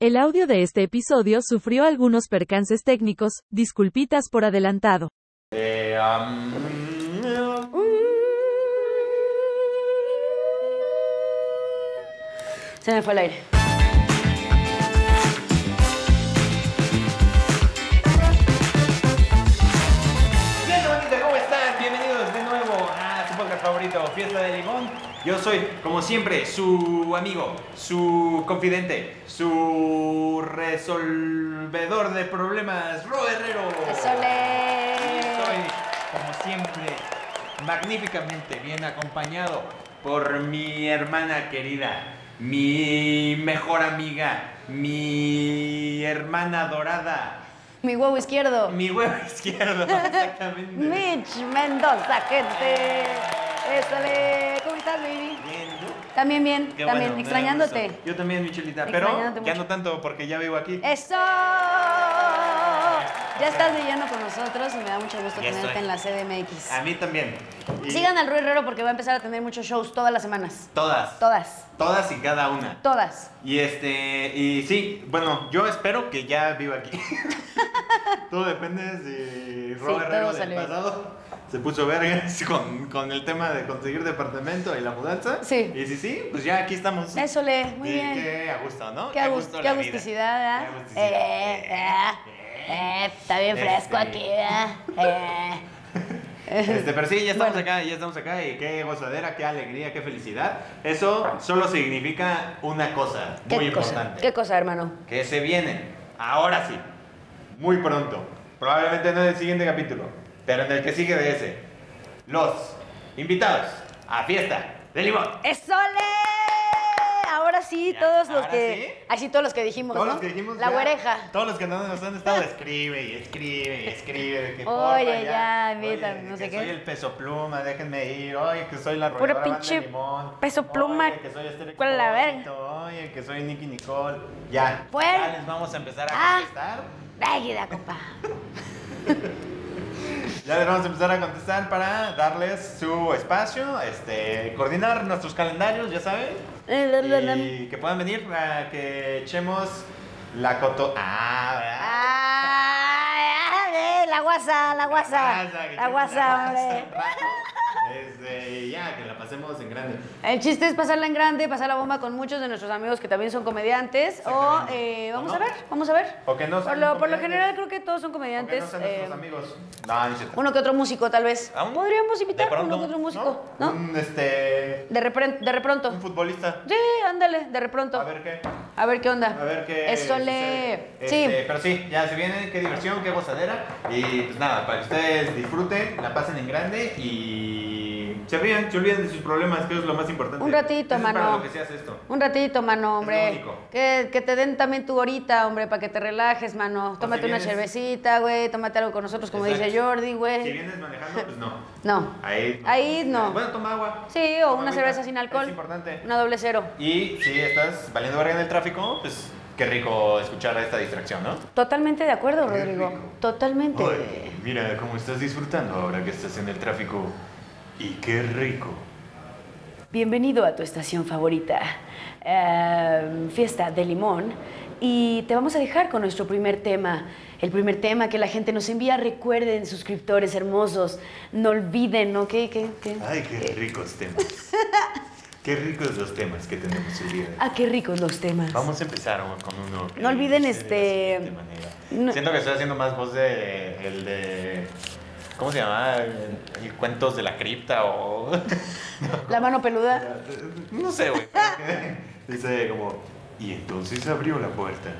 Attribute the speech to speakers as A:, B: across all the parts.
A: El audio de este episodio sufrió algunos percances técnicos, disculpitas por adelantado.
B: Eh, am-
C: Se me fue el aire.
B: Bien, bonita, ¿cómo están? Bienvenidos de nuevo a su podcast favorito, Fiesta de Limón. Yo soy, como siempre, su amigo, su confidente, su resolvedor de problemas, Ro Herrero. Y estoy, como siempre, magníficamente bien acompañado por mi hermana querida, mi mejor amiga, mi hermana dorada,
C: Mi huevo izquierdo.
B: mi huevo izquierdo, exactamente.
C: Mitch Mendoza, gente. Échale. ¿Cómo estás, baby?
B: Bien, ¿no?
C: También bien,
B: Qué bueno, me
C: también.
B: da
C: extrañándote.
B: gusto. Yo también, Michelita, pero
C: Extrañándote
B: ya
C: mucho.
B: no tanto porque ya vivo aquí.
C: ¡Eso! Ya estás viviendo con nosotros y me da mucho gusto
B: Ya
C: tenerte
B: estoy.
C: en la CDMX.
B: A mí también. Y
C: Sigan al Rui Herrero porque va a empezar a tener muchos shows todas las semanas.
B: Todas.
C: Todas.
B: Todas y cada una.
C: Todas.
B: Y este, y sí, bueno, yo espero que ya viva aquí. todo depende si Ro
C: Sí,
B: Herrero
C: todo
B: del
C: salió bien.
B: pasado se puso vergas con, con el tema de conseguir departamento y la mudanza.
C: Sí.
B: Y si sí, pues ya aquí estamos.
C: Échale. Eh, Muy
B: Y
C: bien.
B: Qué a gusto, ¿no?
C: Qué,
B: a
C: agus-
B: gusto
C: qué
B: la vida.
C: agusticidad,
B: Qué
C: ¿verdad?
B: agusticidad.
C: Eh, eh, eh, está bien
B: Este.
C: fresco aquí, ¿verdad? Eh.
B: Este, pero sí, ya estamos
C: Bueno.
B: acá, ya estamos acá y qué gozadera, qué alegría, qué felicidad. Eso solo significa una cosa
C: ¿Qué
B: muy
C: cosa?
B: importante.
C: ¿Qué cosa, hermano?
B: Que se vienen, ahora sí, muy pronto. Probablemente no en el siguiente capítulo, pero en el que sigue de ese. Los invitados a fiesta de limón.
C: ¡Esole! Ahora sí,
B: Ya,
C: todos los
B: ahora
C: que.
B: sí.
C: Así todos los que dijimos,
B: Todos
C: ¿no?
B: los que dijimos
C: La
B: ya,
C: güereja.
B: Todos los que no nos han estado escribe y escribe y escribe. de que,
C: Oye,
B: porfa,
C: ya,
B: oye,
C: invitan,
B: de
C: no
B: que
C: sé qué.
B: Soy el peso pluma, déjenme ir. Oye, que soy la
C: Puro
B: rolladora banda
C: pinche
B: limón.
C: peso pluma,
B: Oye, que soy Estéreo
C: ¿cuál la
B: Expósito, Oye, que soy Nicky Nicole. Ya.
C: Bueno.
B: Ya les vamos a empezar a
C: Ah.
B: contestar.
C: Águila, compa.
B: Ya les vamos a empezar a contestar para darles su espacio, este, coordinar nuestros calendarios, ya saben. Y que puedan venir a que echemos la coto. Ah, ¿verdad?
C: Ah, eh, la guasa, la guasa.
B: ah, que echemos
C: La guasa, hombre.
B: un rato. Este, y ya, que la pasemos en grande.
C: El chiste es pasarla en grande, pasar la bomba con muchos de nuestros amigos que también son comediantes. O
B: Exactamente.
C: eh, vamos
B: ¿O
C: a
B: no?
C: ver, vamos a ver.
B: O que no
C: por
B: sean
C: lo, por lo
B: comediantes.
C: general creo que todos son comediantes.
B: Aunque no sean
C: eh,
B: nuestros amigos. No, no es cierto.
C: uno que otro músico, tal vez.
B: Aún,
C: Podríamos
B: de
C: invitar
B: pronto,
C: uno que otro músico, ¿no?
B: Un, este,
C: De, repren- de repronto.
B: un futbolista.
C: Sí, ándale, de repronto.
B: A ver qué.
C: A ver qué onda.
B: A ver qué.
C: Eso le.
B: sucede.
C: Sí.
B: Este, Pero sí, ya se vienen, qué diversión, qué gozadera. Y pues nada, para que ustedes disfruten, la pasen en grande y se rían, se olviden de sus problemas, que eso es lo más importante.
C: Un
B: Eso
C: ratito,
B: es para
C: mano.
B: lo que se hace esto.
C: Un ratito, mano,
B: Es lo
C: hombre.
B: único.
C: Que, que te den también tu horita, hombre, para que te relajes, mano. Tómate
B: si
C: una
B: vienes-
C: cervecita, güey. Tómate algo con nosotros, como dice
B: Exacto.
C: Jordi, güey.
B: Si vienes manejando, pues no.
C: No.
B: Ahí
C: Ahí no.
B: Bueno, toma agua.
C: Sí, o
B: Toma
C: una
B: agüita,
C: cerveza sin alcohol.
B: Es importante.
C: Una doble cero.
B: Y si estás valiendo verga en el tráfico, pues qué rico escuchar esta distracción, ¿no?
C: Totalmente de acuerdo,
B: Qué
C: Rodrigo.
B: rico.
C: Totalmente.
B: Oye, mira cómo estás disfrutando ahora que estás en el tráfico. Y qué rico.
C: Bienvenido a tu estación favorita, eh, Fiesta de Limón. Y te vamos a dejar con nuestro primer tema. El primer tema que la gente nos envía. Recuerden, suscriptores hermosos, no olviden, ¿no? ¿Qué, qué, qué?
B: Ay,
C: Este.
B: qué ricos temas. qué ricos los temas que tenemos el día de hoy.
C: Ah, qué ricos los temas.
B: Vamos a empezar con uno. que
C: No olviden,
B: dice de la
C: este,
B: siguiente manera.
C: no-
B: Siento que estoy haciendo más voz de. El de. ¿Cómo se llama? El, el cuentos de la cripta o.
C: La mano peluda.
B: no sé, güey. Dice como. Y entonces abrió la puerta.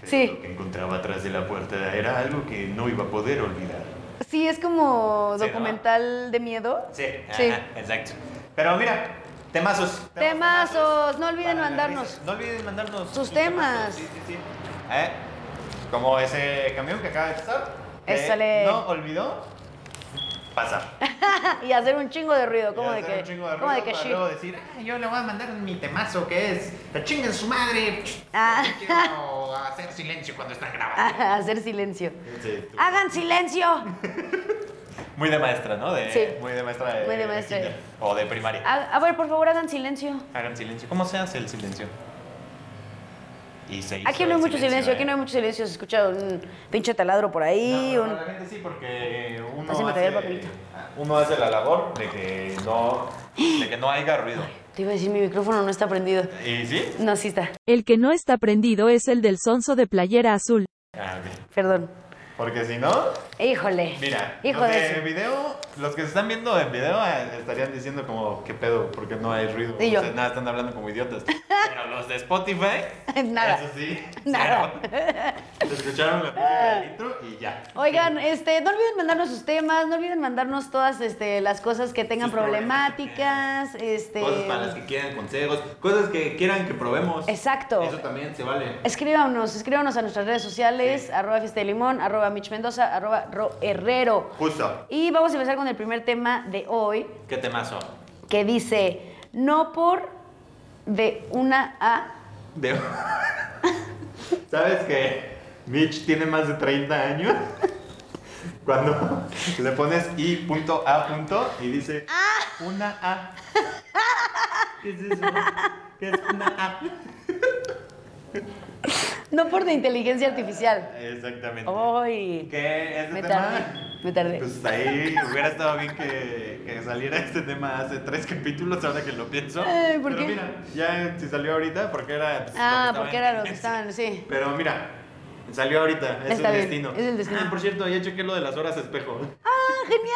B: Pero
C: Sí.
B: Lo que encontraba atrás de la puerta era algo que no iba a poder olvidar.
C: Sí, es como
B: Sí, ¿no?
C: documental de miedo.
B: Sí,
C: Sí.
B: ajá, exacto. Pero mira, temazos.
C: Temazos, no olviden
B: Para la
C: mandarnos.
B: risa. No olviden mandarnos
C: Sus temas.
B: Sí, sí, sí. Eh, Como ese camión que acaba de pasar. que
C: Échale.
B: No olvidó pasar.
C: y hacer un chingo de ruido, como
B: Y
C: de
B: hacer
C: que.
B: un chingo de
C: como de
B: ruido
C: que
B: para
C: shit.
B: luego decir, "Ah, yo le voy a mandar mi temazo que es, la chinga su madre.
C: Ah.
B: Yo Quiero hacer silencio cuando están grabando.
C: Hacer silencio.
B: Sí, tú.
C: ¡Hagan silencio!
B: Muy de maestra, ¿no? De-
C: Sí.
B: Muy de maestra de,
C: Muy de Ah. maestra.
B: kinder O de primaria.
C: A, a ver, por favor, hagan silencio.
B: Hagan silencio. ¿Cómo se hace el silencio? Y se hizo
C: Aquí no hay
B: el
C: mucho silencio,
B: ¿eh?
C: aquí no hay mucho silencio. Se escucha un pinche taladro por ahí.
B: No,
C: un-
B: pero la gente sí, porque eh, uno
C: Así me
B: hace,
C: cayó el papelito.
B: uno hace la labor de que no, de que no haya ruido.
C: Te iba a decir, mi micrófono no está prendido.
B: ¿Y sí?
C: No, sí está.
A: El que no está prendido es el del sonso de playera azul.
B: Ah, ok.
C: Perdón.
B: Porque si no,
C: Híjole.
B: mira,
C: Hijo
B: los
C: de
B: de
C: su-
B: video, los que se están viendo en video eh, estarían diciendo como, ¿qué pedo? Porque no hay ruido.
C: Y yo.
B: O sea, nada, están hablando como idiotas. Pero los de Spotify,
C: Nada.
B: eso sí,
C: Nada.
B: cero. Se escucharon la música del intro y ya.
C: Oigan, este, no olviden mandarnos sus temas, no olviden mandarnos todas este, las cosas que tengan
B: Sus problemas que
C: problemáticas. Este,
B: Cosas para las que quieran consejos, cosas que quieran que probemos.
C: Exacto.
B: Eso también se vale.
C: Escríbanos, escríbanos a nuestras redes sociales,
B: Sí.
C: arroba Fiesta de Limón, arroba Mitch Mendoza, arroba Ro Herrero.
B: Justo.
C: Y vamos a empezar con el primer tema de hoy,
B: ¿Qué temazo?
C: que dice, no por de una a...
B: De- ¿Sabes que Mitch tiene más de 30 años? Cuando le pones i punto a punto y dice
C: Ah.
B: una a. ¿Qué es eso? ¿Qué es una a?
C: No por de inteligencia artificial.
B: Exactamente.
C: ¡Ay!
B: ¿Qué es
C: Oh. Me
B: tema?
C: tardé, me tardé.
B: Pues ahí hubiera estado bien que, que saliera este tema hace tres capítulos, ahora que lo pienso.
C: Ay, ¿por
B: Pero
C: qué?
B: mira, ya si salió ahorita, porque era. pues, lo que
C: Ah,
B: estaba
C: porque
B: en
C: era los que
B: tendencia.
C: estaban, sí.
B: Pero mira, salió ahorita, es
C: Está
B: el
C: bien,
B: destino.
C: es el destino.
B: Ah, por cierto, ya chequé lo de las horas espejo.
C: ¡Ah, genial!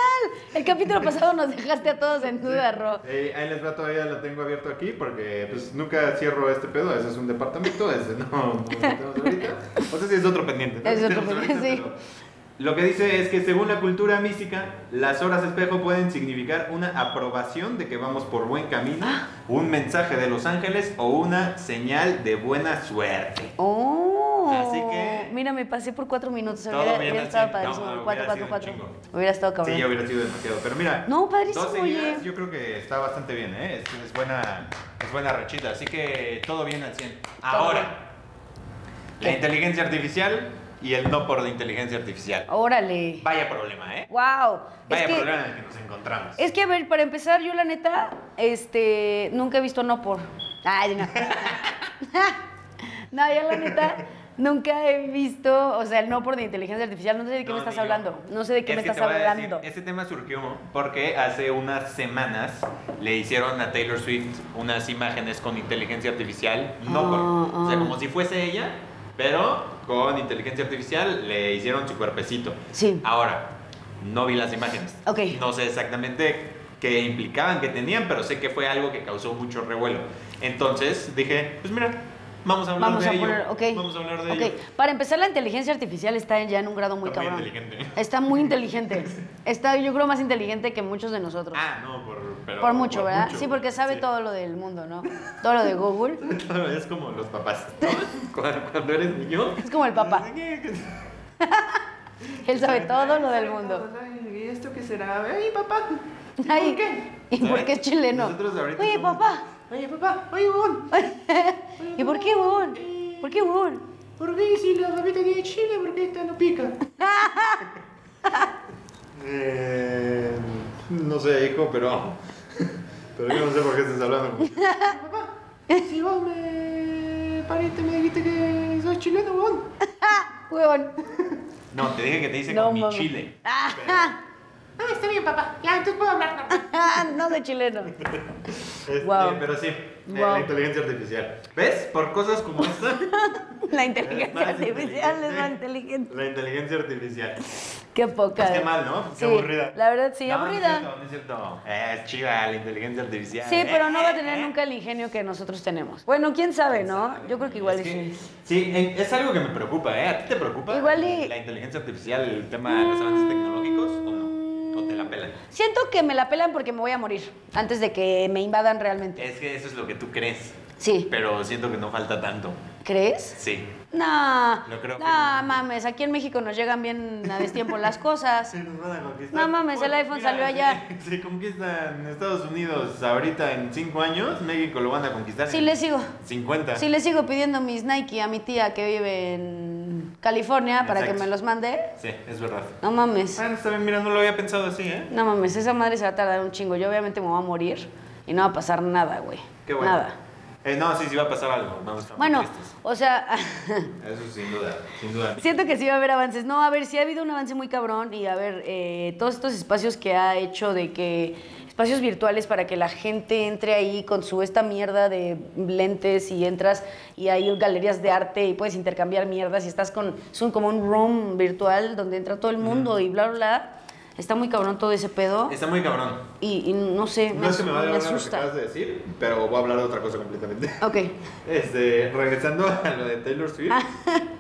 C: El capítulo pasado nos dejaste a todos en duda, Ro.
B: Eh, ahí les va, todavía lo tengo abierto aquí porque pues nunca cierro este pedo, ese es un departamento, ese no, no lo tenemos ahorita. O sea, sí es otro pendiente. ¿no?
C: Es otro
B: Tenemos ahorita,
C: pendiente, sí.
B: pero Lo que dice es que según la cultura mística, las horas espejo pueden significar una aprobación de que vamos por buen camino,
C: Ah.
B: un mensaje de los ángeles o una señal de buena suerte.
C: ¡Oh!
B: Así que-
C: Mira, me pasé por cuatro minutos.
B: Todo
C: hubiera,
B: bien
C: hubiera
B: así.
C: estado
B: No,
C: padrísimo.
B: hubiera
C: cuatro, cuatro,
B: sido
C: cuatro.
B: un chingo.
C: Hubiera estado cabrón.
B: Sí, ya hubiera sido demasiado, pero mira.
C: No, padrísimo,
B: dos seguidas,
C: oye.
B: Yo creo que está bastante bien, ¿eh? Es, es buena, es buena rachita, así que todo bien al 100. Ahora, la
C: ¿Qué?
B: inteligencia artificial y el no por la inteligencia artificial.
C: ¡Órale!
B: Vaya problema, ¿eh?
C: ¡Wow!
B: Vaya
C: es que,
B: problema en el que nos encontramos.
C: Es que, a ver, para empezar, yo la neta, este, nunca he visto no por. Ay, no. no, yo la neta, nunca he visto, o sea, el no por de inteligencia artificial. No sé de qué
B: No,
C: me estás
B: ni yo.
C: hablando. No sé de qué
B: Es
C: me
B: que
C: estás
B: te voy a decir,
C: hablando.
B: este tema surgió porque hace unas semanas le hicieron a Taylor Swift unas imágenes con inteligencia artificial, no
C: Ah,
B: por- o sea,
C: ah.
B: como si fuese ella, pero con inteligencia artificial le hicieron su cuerpecito.
C: Sí.
B: Ahora, no vi las imágenes.
C: Ok.
B: No sé exactamente qué implicaban, qué tenían, pero sé que fue algo que causó mucho revuelo. Entonces dije, pues mira, vamos a hablar
C: Vamos
B: de
C: a
B: ello.
C: poner, ok.
B: Vamos a hablar de
C: Ok,
B: ello.
C: Para empezar, la inteligencia artificial está ya en un grado muy
B: Está muy
C: cabrón.
B: inteligente.
C: Está muy inteligente. Está, yo creo, más inteligente que muchos de nosotros.
B: Ah, no, por, pero-
C: por mucho, ¿verdad? sí,
B: mucho.
C: porque sabe
B: Sí.
C: todo lo del mundo, ¿no? Todo lo de Google.
B: Claro, es como los papás. ¿no? Cuando, cuando eres niño.
C: Es como el papá. Él sabe todo lo del mundo.
B: ¿Y esto qué será? ¡Ay, papá!
C: Ay, ¿Y por qué es chileno?
B: Nosotros ahorita
C: Oye,
B: somos-
C: papá.
B: Oye, papá, oye, huevón.
C: ¿Y por qué huevón? ¿Por qué huevón?
B: ¿Por qué si la babita tiene chile? ¿Por qué esta no pica? Eh, no sé, hijo, pero. Pero yo no sé por qué estás hablando. Papá, si vos me pariste, me dijiste que sos chileno, huevón.
C: Huevón.
B: No, te dije que te hice
C: No,
B: con mi
C: mami.
B: chile.
D: Ah, está bien, papá. Ya, entonces puedo hablar. normal.
C: no soy chileno.
B: Este,
C: Wow.
B: Pero sí, eh,
C: Wow.
B: la inteligencia artificial. ¿Ves? Por cosas como esta.
C: La
B: Es
C: inteligencia
B: más
C: artificial es
B: inteligente.
C: más inteligente.
B: La inteligencia artificial.
C: Qué poca.
B: Pues qué mal, ¿no? Qué
C: Sí,
B: aburrida.
C: La verdad, sí,
B: No,
C: aburrida.
B: No es cierto, no es cierto. Eh, es chida la inteligencia artificial.
C: Sí, pero no va a tener
B: Eh,
C: nunca el ingenio que nosotros tenemos. Bueno, quién sabe, ¿no? Yo creo que igual
B: es que-
C: sí.
B: sí, eh, es algo que me preocupa, ¿eh? ¿A ti te preocupa
C: Igual y-
B: la inteligencia artificial, el tema de los avances tecnológicos o no? ¿O te la pelan?
C: Siento que me la pelan porque me voy a morir antes de que me invadan realmente.
B: Es que eso es lo que tú crees,
C: Sí.
B: pero siento que no falta tanto.
C: ¿Crees?
B: Sí.
C: No.
B: Lo creo
C: No,
B: firmemente.
C: mames. Aquí en México nos llegan bien a destiempo las cosas.
B: nos van a conquistar.
C: No mames, el iPhone salió allá.
B: Si, si conquistan Estados Unidos ahorita en 5 años, México lo van a conquistar
C: Sí,
B: en
C: le sigo.
B: 50.
C: Sí, le sigo pidiendo mis Nike a mi tía que vive en California para que
B: Exacto.
C: me los mande.
B: Sí, es verdad.
C: No mames.
B: Bueno, está bien, mira, no lo había pensado así, ¿eh?
C: No mames, esa madre se va a tardar un chingo. Yo obviamente me voy a morir y no va a pasar nada, güey.
B: Qué bueno.
C: Nada.
B: Eh, no, sí, sí va a pasar algo. Vamos a estar muy
C: Bueno,
B: tristes.
C: o sea,
B: Eso sin duda, sin duda.
C: siento que sí va a haber avances. No, a ver, sí ha habido un avance muy cabrón y a ver, eh, todos estos espacios que ha hecho de que espacios virtuales para que la gente entre ahí con su esta mierda de lentes y entras y hay galerías de arte y puedes intercambiar mierdas y estás con es un, como un room virtual donde entra todo el mundo y bla bla bla. Está muy cabrón todo ese pedo
B: Está muy cabrón.
C: y, y no sé, me,
E: No es que me vaya a
C: me
E: hablar lo que
C: asusta.
E: acabas de decir, pero voy a hablar de otra cosa completamente.
C: Ok.
E: Este, regresando a lo de Taylor Swift,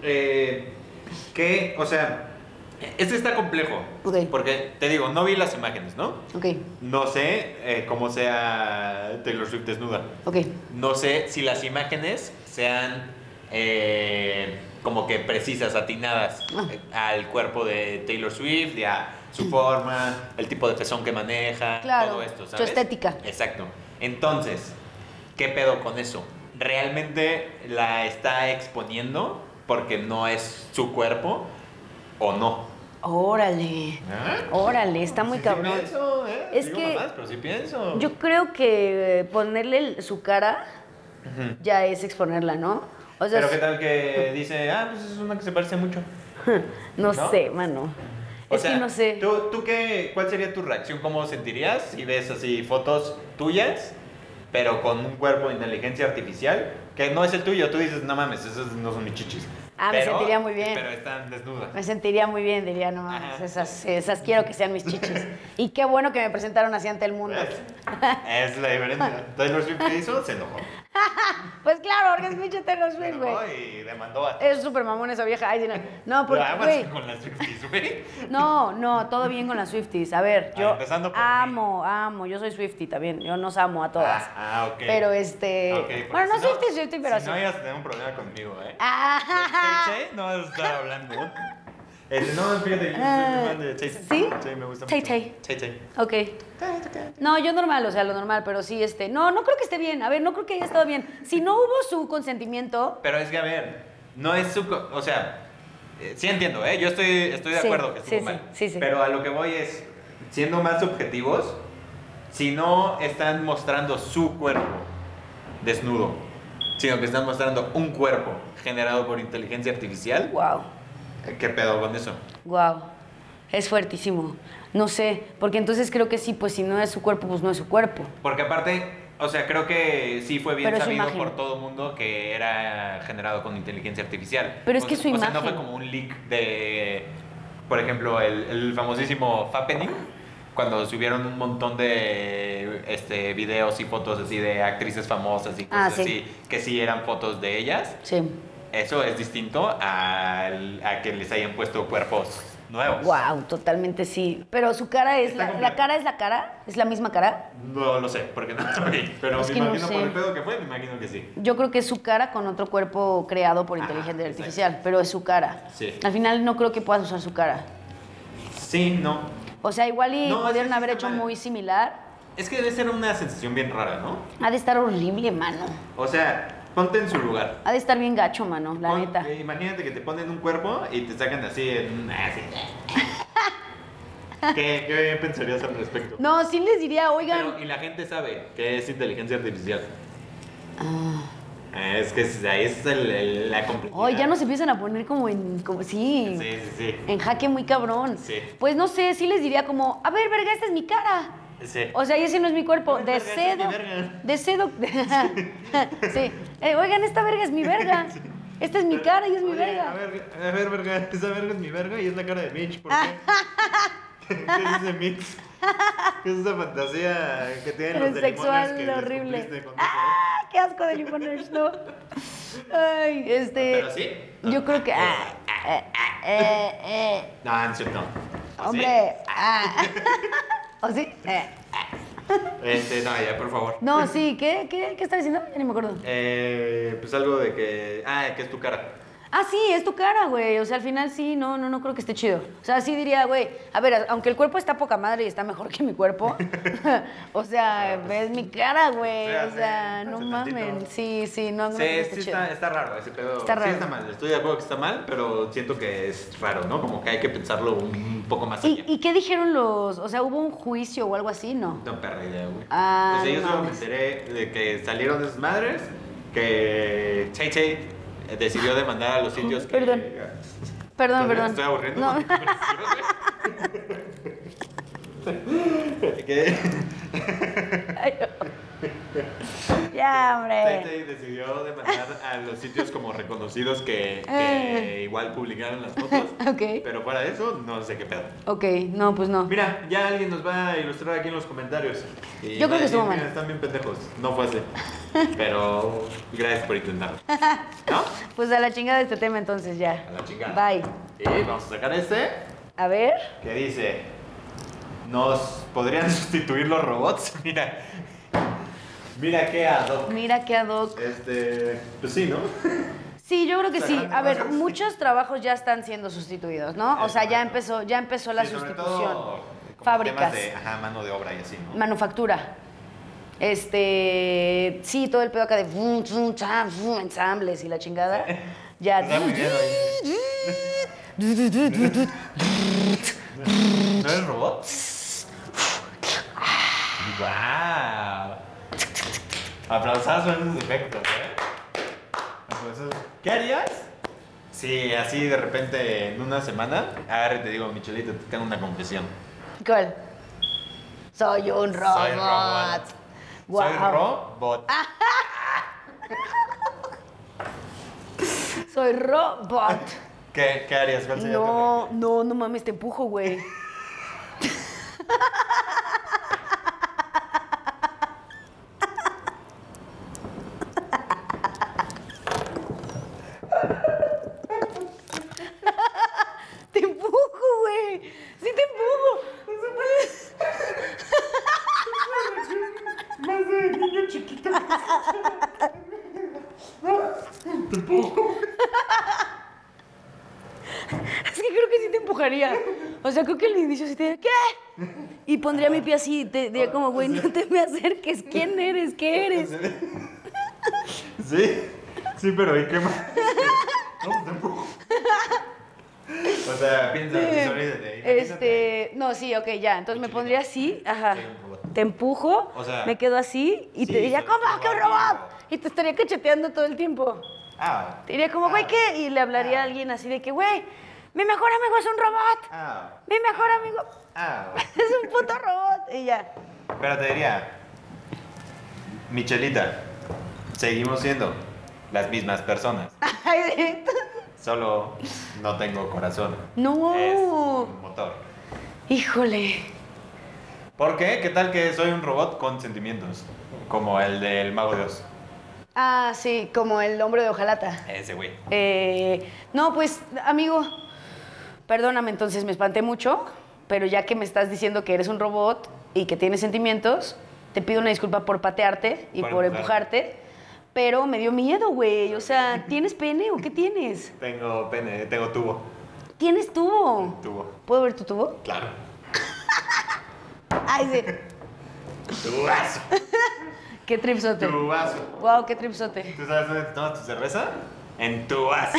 B: Eh, que, o sea, este está complejo.
C: Ok.
B: Porque, te digo, no vi las imágenes, ¿no?
C: Ok,
B: No sé eh, cómo sea Taylor Swift desnuda.
C: ok.
B: No sé si las imágenes sean eh, como que precisas, atinadas
C: Ah.
B: eh, al cuerpo de Taylor Swift, y a su forma, el tipo de pezón que maneja,
C: Claro,
B: todo esto,
C: su
B: ¿sabes?
C: estética.
B: Exacto. Entonces, ¿qué pedo con eso? ¿Realmente la está exponiendo porque no es su cuerpo o no? ¿Ah?
C: Órale. Órale, Oh, está muy cabrón. Es Digo que- mamadas,
B: ¿eh? pero sí pienso.
C: Yo creo que eh, ponerle el- su cara ya es exponerla, ¿no? O sea,
B: Pero qué tal que dice, ah, pues es una que se parece mucho.
C: no,
B: ¿no?
C: sé, mano.
B: O
C: es
B: sea,
C: que no sé.
B: ¿tú, tú qué, ¿Cuál sería tu reacción? ¿Cómo sentirías si ves así fotos tuyas, pero con un cuerpo de inteligencia artificial que no es el tuyo? Tú dices, no mames, esas no son mis chichis.
C: Ah, me
B: Pero-
C: sentiría muy bien.
B: Pero están desnudas.
C: Me sentiría muy bien, diría, no mames,
B: Ajá.
C: esas, esas quiero que sean mis chichis. y qué bueno que me presentaron así ante el mundo.
B: ¿Ves? es la diferencia. Taylor Swift que hizo, se enojó.
C: Pues claro, porque es pinche Taylor
B: Se
C: Swift,
B: enojó
C: güey.
B: y demandó a
C: Es súper mamón esa vieja. Ay, sí, no, no, porque,
B: Lo amas
C: güey.
B: con las Swifties, güey.
C: No, no, todo bien con las Swifties. A ver,
B: Ah,
C: yo
B: empezando por mí.
C: amo, amo. Yo soy Swiftie también. Yo nos amo a todas.
B: Ah, ah, ok.
C: Pero este.
B: Ok, porque
C: bueno, no
B: si
C: Swiftie, Swiftie, pero
B: si
C: sí.
B: no ibas a tener un problema conmigo, ¿eh?
C: Ah,
B: Che, ¿eh? no vas a estar hablando. Este, no, fíjate, yo soy muy fan de Che.
C: ¿sí?
B: Che, me gusta
C: Che,
B: mucho.
C: Che.
B: Che, Che.
C: ok. No, yo normal, o sea, lo normal, pero sí, este. No, no creo que esté bien. A ver, no creo que haya estado bien. Si no hubo su consentimiento.
B: Pero es que, a ver, no es su... co- O sea, eh, sí entiendo, ¿eh? Yo estoy, estoy de
C: Sí,
B: acuerdo que estuvo
C: sí,
B: mal.
C: sí, sí, sí.
B: Pero a lo que voy es, siendo más objetivos, si no están mostrando su cuerpo desnudo, sino que están mostrando un cuerpo generado por inteligencia artificial,
C: Wow,
B: ¿qué pedo con eso?
C: wow. Es fuertísimo. No sé, porque entonces creo que sí, pues si no es su cuerpo, pues no es su cuerpo.
B: Porque aparte, o sea, creo que sí fue bien
C: Pero es su
B: sabido
C: imagen.
B: por todo el mundo que era generado con inteligencia artificial.
C: Pero es
B: O-
C: que su
B: O sea, no fue
C: imagen.
B: como un leak de, por ejemplo, el, el famosísimo Fappening, cuando subieron un montón de este, videos y fotos así de actrices famosas y
C: Ah,
B: cosas
C: sí.
B: así, que sí eran fotos de ellas.
C: Sí.
B: Eso es distinto al- a que les hayan puesto cuerpos nuevos.
C: Wow, totalmente sí. Pero su cara es.
B: Está
C: La,
B: completo.
C: la cara es la cara? ¿Es la misma cara?
B: No lo sé, porque no lo vi, pero
C: Es
B: me
C: que no
B: imagino por
C: sé.
B: el pedo que fue, me imagino que sí.
C: Yo creo que es su cara con otro cuerpo creado por
B: Ah,
C: inteligencia
B: exacto.
C: artificial, pero es su cara.
B: Sí.
C: Al final no creo que puedas usar su cara.
B: Sí, no,
C: O sea, igual y
B: No, sí,
C: pudieron
B: sí
C: haber
B: está
C: hecho
B: mal.
C: muy similar.
B: Es que debe ser una sensación bien rara, ¿no?
C: Ha de estar horrible, mano.
B: O sea, ponte en su lugar.
C: Ha de estar bien gacho, mano, la
B: Pon-
C: neta.
B: eh, imagínate que te ponen un cuerpo y te sacan así, en- así. ¿Qué, qué pensarías al respecto?
C: No, sí les diría, oigan.
B: Pero, y la gente sabe que es inteligencia artificial. Eh, Es que es- ahí es el- el- la complejidad.
C: Ah. Ay, ya Eh. nos empiezan a poner como en. Como, sí.
B: Sí, sí, sí.
C: En jaque muy cabrón.
B: Sí.
C: Pues no sé, sí les diría como, a ver, verga, esta es mi cara.
B: Sí.
C: O sea, y ese no es mi
B: No,
C: cuerpo. De
B: verga, esa es mi
C: cedo.
B: verga.
C: De cedo. sí. Eh, oigan, esta verga es mi verga. Esta es mi cara y es mi
E: Oye,
C: verga.
E: A ver, a ver, verga, esa verga es mi verga y es la cara de Mitch, ¿por qué? ¿Qué es ese mix? ¿Qué es esa fantasía que tienen los de
C: Transexual,
E: limones que
C: horrible.
E: descubriste con eh?
C: ¡Ah! ¡Qué asco de Limoners! No. Ay, este.
B: Pero sí.
C: Yo creo que. ah, ah, ah, eh, eh,
B: No, no es cierto. ¿O Pues sí?
C: hombre. ah. ¿O sí? Eh.
B: Este, no, ya, por favor.
C: No, sí. ¿Qué, qué, ¿Qué estaba diciendo? Ya ni me acuerdo.
B: Eh, pues algo de que. Ah, que es tu cara.
C: Ah, sí, es tu cara, güey. O sea, al final sí, no, no, no creo que esté chido. O sea, sí diría, güey, a ver, aunque el cuerpo está poca madre y está mejor que mi cuerpo, o
B: Ah,
C: sea,
B: pues
C: es mi cara, güey. O
B: Espérate,
C: sea, no
B: espérate tantito.
C: mamen. Sí, sí, no,
B: Sí,
C: no creo que
B: sí
C: esté chido.
B: está, está raro ese pedo.
C: Está
B: Sí
C: raro.
B: está mal, estoy de acuerdo que está mal, pero siento que es raro, ¿no? Como que hay que pensarlo un poco más allá.
C: ¿Y, y qué dijeron los? O sea, ¿hubo un juicio o algo así? No.
B: No, perra idea, güey.
C: Ah,
B: o sea, yo
C: no
B: solo me
C: mames.
B: enteré de que salieron de sus madres que Tay Tay decidió demandar a los sitios que...
C: Perdón.
B: Todavía
C: Perdón, perdón.
B: Estoy aburriendo.
C: No.
B: que
C: Ay, no. Ya,
B: Tay
C: hombre.
B: Tay decidió demandar a los sitios como reconocidos que, que igual publicaron las fotos.
C: Eh. Ok.
B: Pero fuera de eso, no sé qué pedo.
C: Ok, no, pues no.
E: Mira, ya alguien nos va a ilustrar aquí en los comentarios.
B: Y
C: Yo creo
B: van a
C: que estuvo
B: decir,
C: mal.
B: "Mira, Están bien pendejos. No fue así. Pero gracias por intentarlo. ¿No?
C: Pues a la chingada este tema entonces ya.
B: A la chingada.
C: Bye.
B: Y vamos a sacar este
C: A ver.
B: que dice: ¿Nos podrían sustituir los robots? Mira. Mira qué ad hoc.
C: Mira qué ad hoc.
E: Este, pues sí, ¿no?
C: Sí, yo creo que sí.
E: Sacando
C: A ver,
E: cosas.
C: muchos trabajos ya están siendo sustituidos, ¿no? O sea, ya
B: Exacto.
C: empezó, ya empezó la
B: Sí, sobre
C: sustitución.
B: todo, como temas
C: Fábricas.
B: de, ajá, mano de obra y así, ¿no?
C: Manufactura. Este, sí, todo el pedo acá de vum, vum, cham, vum, ensambles y la chingada. Ya.
B: Está muy bien, ¿No eres robot? ¡Wow! Aplausazo en esos efectos, ¿eh? Aplausazo. ¿Qué harías? Sí, así de repente en una semana, agarre y te digo, Michelito, te tengo una confesión.
C: ¿Cuál? Soy un robot.
B: Soy robot.
C: Wow.
B: Soy robot.
C: Soy robot.
B: ¿Qué, ¿Qué harías? ¿Cuál sería tu
C: No, no, no mames, te empujo, güey. Te empujo, güey. Sí te empujo.
E: Más de niño chiquito.
C: Es que creo que sí te empujaría. O sea, creo que al inicio sí te diría, ¿qué? Y pondría mi pie así, te diría como, güey, no te me acerques. ¿Quién eres? ¿Qué eres?
E: Sí, sí, pero ¿y qué más? No, tampoco.
B: pues O sea, piensa en tus orígenes de ahí.
C: Este, no, sí, ok, ya. Entonces me pondría así, ajá. Te empujo,
B: O sea,
C: me quedo así y te
B: sí,
C: diría,
B: soy
C: ¿cómo? ¡Qué un
B: robot".
C: robot! Y te estaría cacheteando todo el tiempo.
B: Ah,
C: Te diría como, güey, ¿qué? Y le hablaría a alguien así de que, güey, mi mejor amigo es un robot.
B: ah,
C: Mi mejor amigo
B: ah.
C: es un puto robot. Y ya.
B: Pero te diría, Michelita, seguimos siendo las mismas personas.
C: Ay,
B: Solo no tengo corazón.
C: No.
B: Es un motor.
C: Híjole.
B: ¿Por qué? ¿Qué tal que soy un robot con sentimientos? Como el del Mago de Oz.
C: Ah, sí, como el hombre de hojalata.
B: Ese güey.
C: Eh, no, pues, amigo, perdóname, entonces me espanté mucho, pero ya que me estás diciendo que eres un robot y que tienes sentimientos, te pido una disculpa por patearte y
B: Por
C: por,
B: empujarte.
C: empujarte, pero me dio miedo, güey. O sea, ¿tienes pene o qué tienes?
B: Tengo pene, tengo tubo.
C: ¿Tienes tubo?
B: Tubo.
C: ¿Puedo ver tu tubo?
B: Claro.
C: Ay, sí.
B: Tubazo.
C: Qué tripsote.
B: Tubazo.
C: Wow, qué tripsote.
B: ¿Tú sabes dónde te tomas tu cerveza? En tu vaso.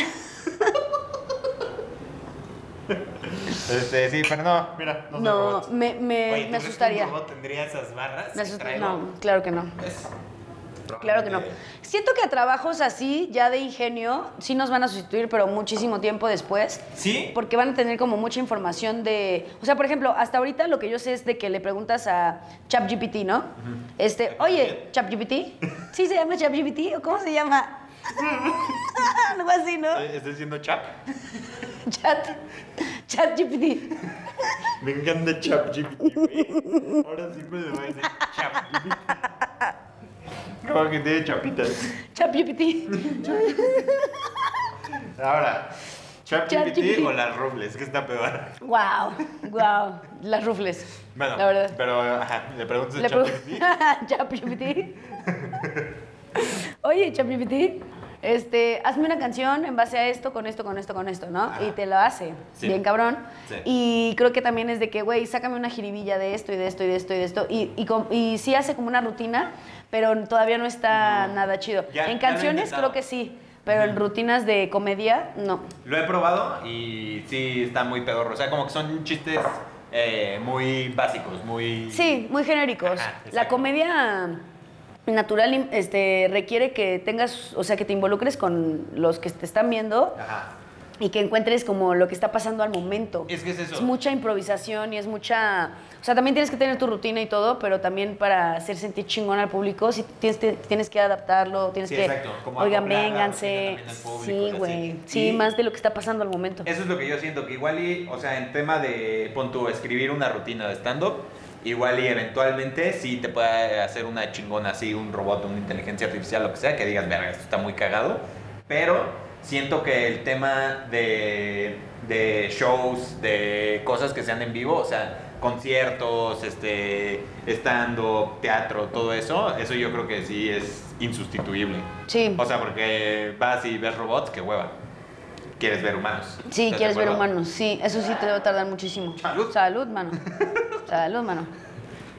B: este, sí, pero no, mira, no soy
C: No,
B: robot.
C: me,
B: Oye,
C: me-
B: ¿tú
C: me
B: crees que
C: asustaría.
B: un robot tendría esas barras?
C: Me
B: que
C: asusta-
B: traigo?
C: No, claro que no.
B: ¿Ves?
C: Claro que no.
B: Probablemente-
C: Siento que a trabajos así, ya de ingenio, sí nos van a sustituir, pero muchísimo tiempo después.
B: ¿Sí?
C: Porque van a tener como mucha información de. O sea, por ejemplo, hasta ahorita lo que yo sé es de que le preguntas a ChatGPT, ¿no? Este, oye, ChatGPT, ¿sí se llama ChatGPT o cómo se llama? Algo así, ¿no?
B: ¿Eh, ¿Estás diciendo chap?
C: Chat. ChatGPT.
E: Me encanta ChatGPT, güey. Ahora siempre me va a decir ChatGPT. Como que tiene chapitas.
C: ChatGPT.
E: Ahora,
C: ChatGPT.
E: ChatGPT o las rubles, que está peor.
C: Wow, wow. Las rufles.
B: Bueno,
C: la verdad.
B: pero ajá, le preguntas a
C: Le
B: chap.
C: pregun- ChatGPT. Oye, ChatGPT, este, hazme una canción en base a esto, con esto, con esto, con esto, ¿no? Y te lo hace.
B: Sí.
C: Bien cabrón.
B: Sí.
C: Y creo que también es de que, güey, sácame una jiribilla de esto y de esto y de esto y de esto. Y, y, com- y sí hace como una rutina, pero todavía no está nada chido.
B: Ya- ya lo he
C: en canciones
B: intentado.
C: creo que sí, pero en rutinas de comedia, no.
B: Lo he probado y sí está muy pedorro. O sea, como que son chistes eh, muy básicos, muy.
C: Sí, muy genéricos.
B: Ajá,
C: la
B: exacto.
C: comedia natural im- este, requiere que tengas, o sea, que te involucres con los que te están viendo
B: Ajá.
C: y que encuentres como lo que está pasando al momento.
B: Es que es eso.
C: Es mucha improvisación y es mucha... O sea, también tienes que tener tu rutina y todo, pero también para hacer sentir chingón al público, sí tienes, te- tienes que adaptarlo, tienes
B: Sí,
C: que...
B: exacto, como
C: Oigan,
B: acoplar la
C: vénganse.
B: rutina también al público,
C: Sí,
B: así.
C: güey. Sí,
B: Y-
C: más de lo que está pasando al momento.
B: Eso es lo que yo siento, que igual y, o sea, en tema de, pon tú, escribir una rutina de stand-up, igual y eventualmente sí te puede hacer una chingona así, un robot, una inteligencia artificial, lo que sea, que digas, verga, esto está muy cagado, pero siento que el tema de, de shows, de cosas que sean en vivo, o sea, conciertos, este, stand-up, teatro, todo eso, eso yo creo que sí es insustituible.
C: Sí.
B: O sea, porque vas y ves robots, que hueva. Quieres ver humanos.
C: Sí,
B: ¿Estás de
C: quieres ver
B: acuerdo?
C: humanos. Sí, eso sí te debe tardar muchísimo.
B: Salud.
C: Salud, mano. Salud, mano.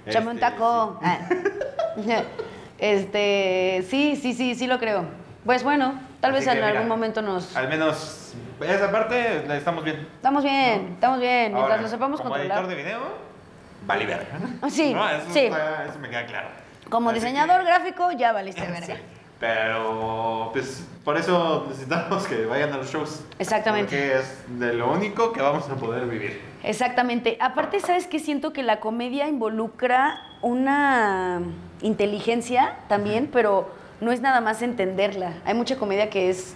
C: Échame un
B: Este,
C: taco. Ah. Este, sí, sí, sí, sí lo creo. Pues bueno, tal
B: Así
C: vez
B: que,
C: en
B: mira,
C: algún momento nos...
B: Al menos esa parte la estamos bien.
C: Estamos bien, estamos bien. Mientras
B: Ahora,
C: lo sepamos
B: como
C: controlar.
B: editor de video, vale verga.
C: Sí,
B: No, eso,
C: sí.
B: está- eso me queda claro.
C: Como
B: Así que-
C: diseñador gráfico, ya valiste verga.
E: Pero, pues, por eso necesitamos que vayan a los shows.
C: Exactamente.
E: Porque es de lo único que vamos a poder vivir.
C: Exactamente. Aparte, ¿sabes qué? Siento que la comedia involucra una inteligencia también, pero no es nada más entenderla. Hay mucha comedia que es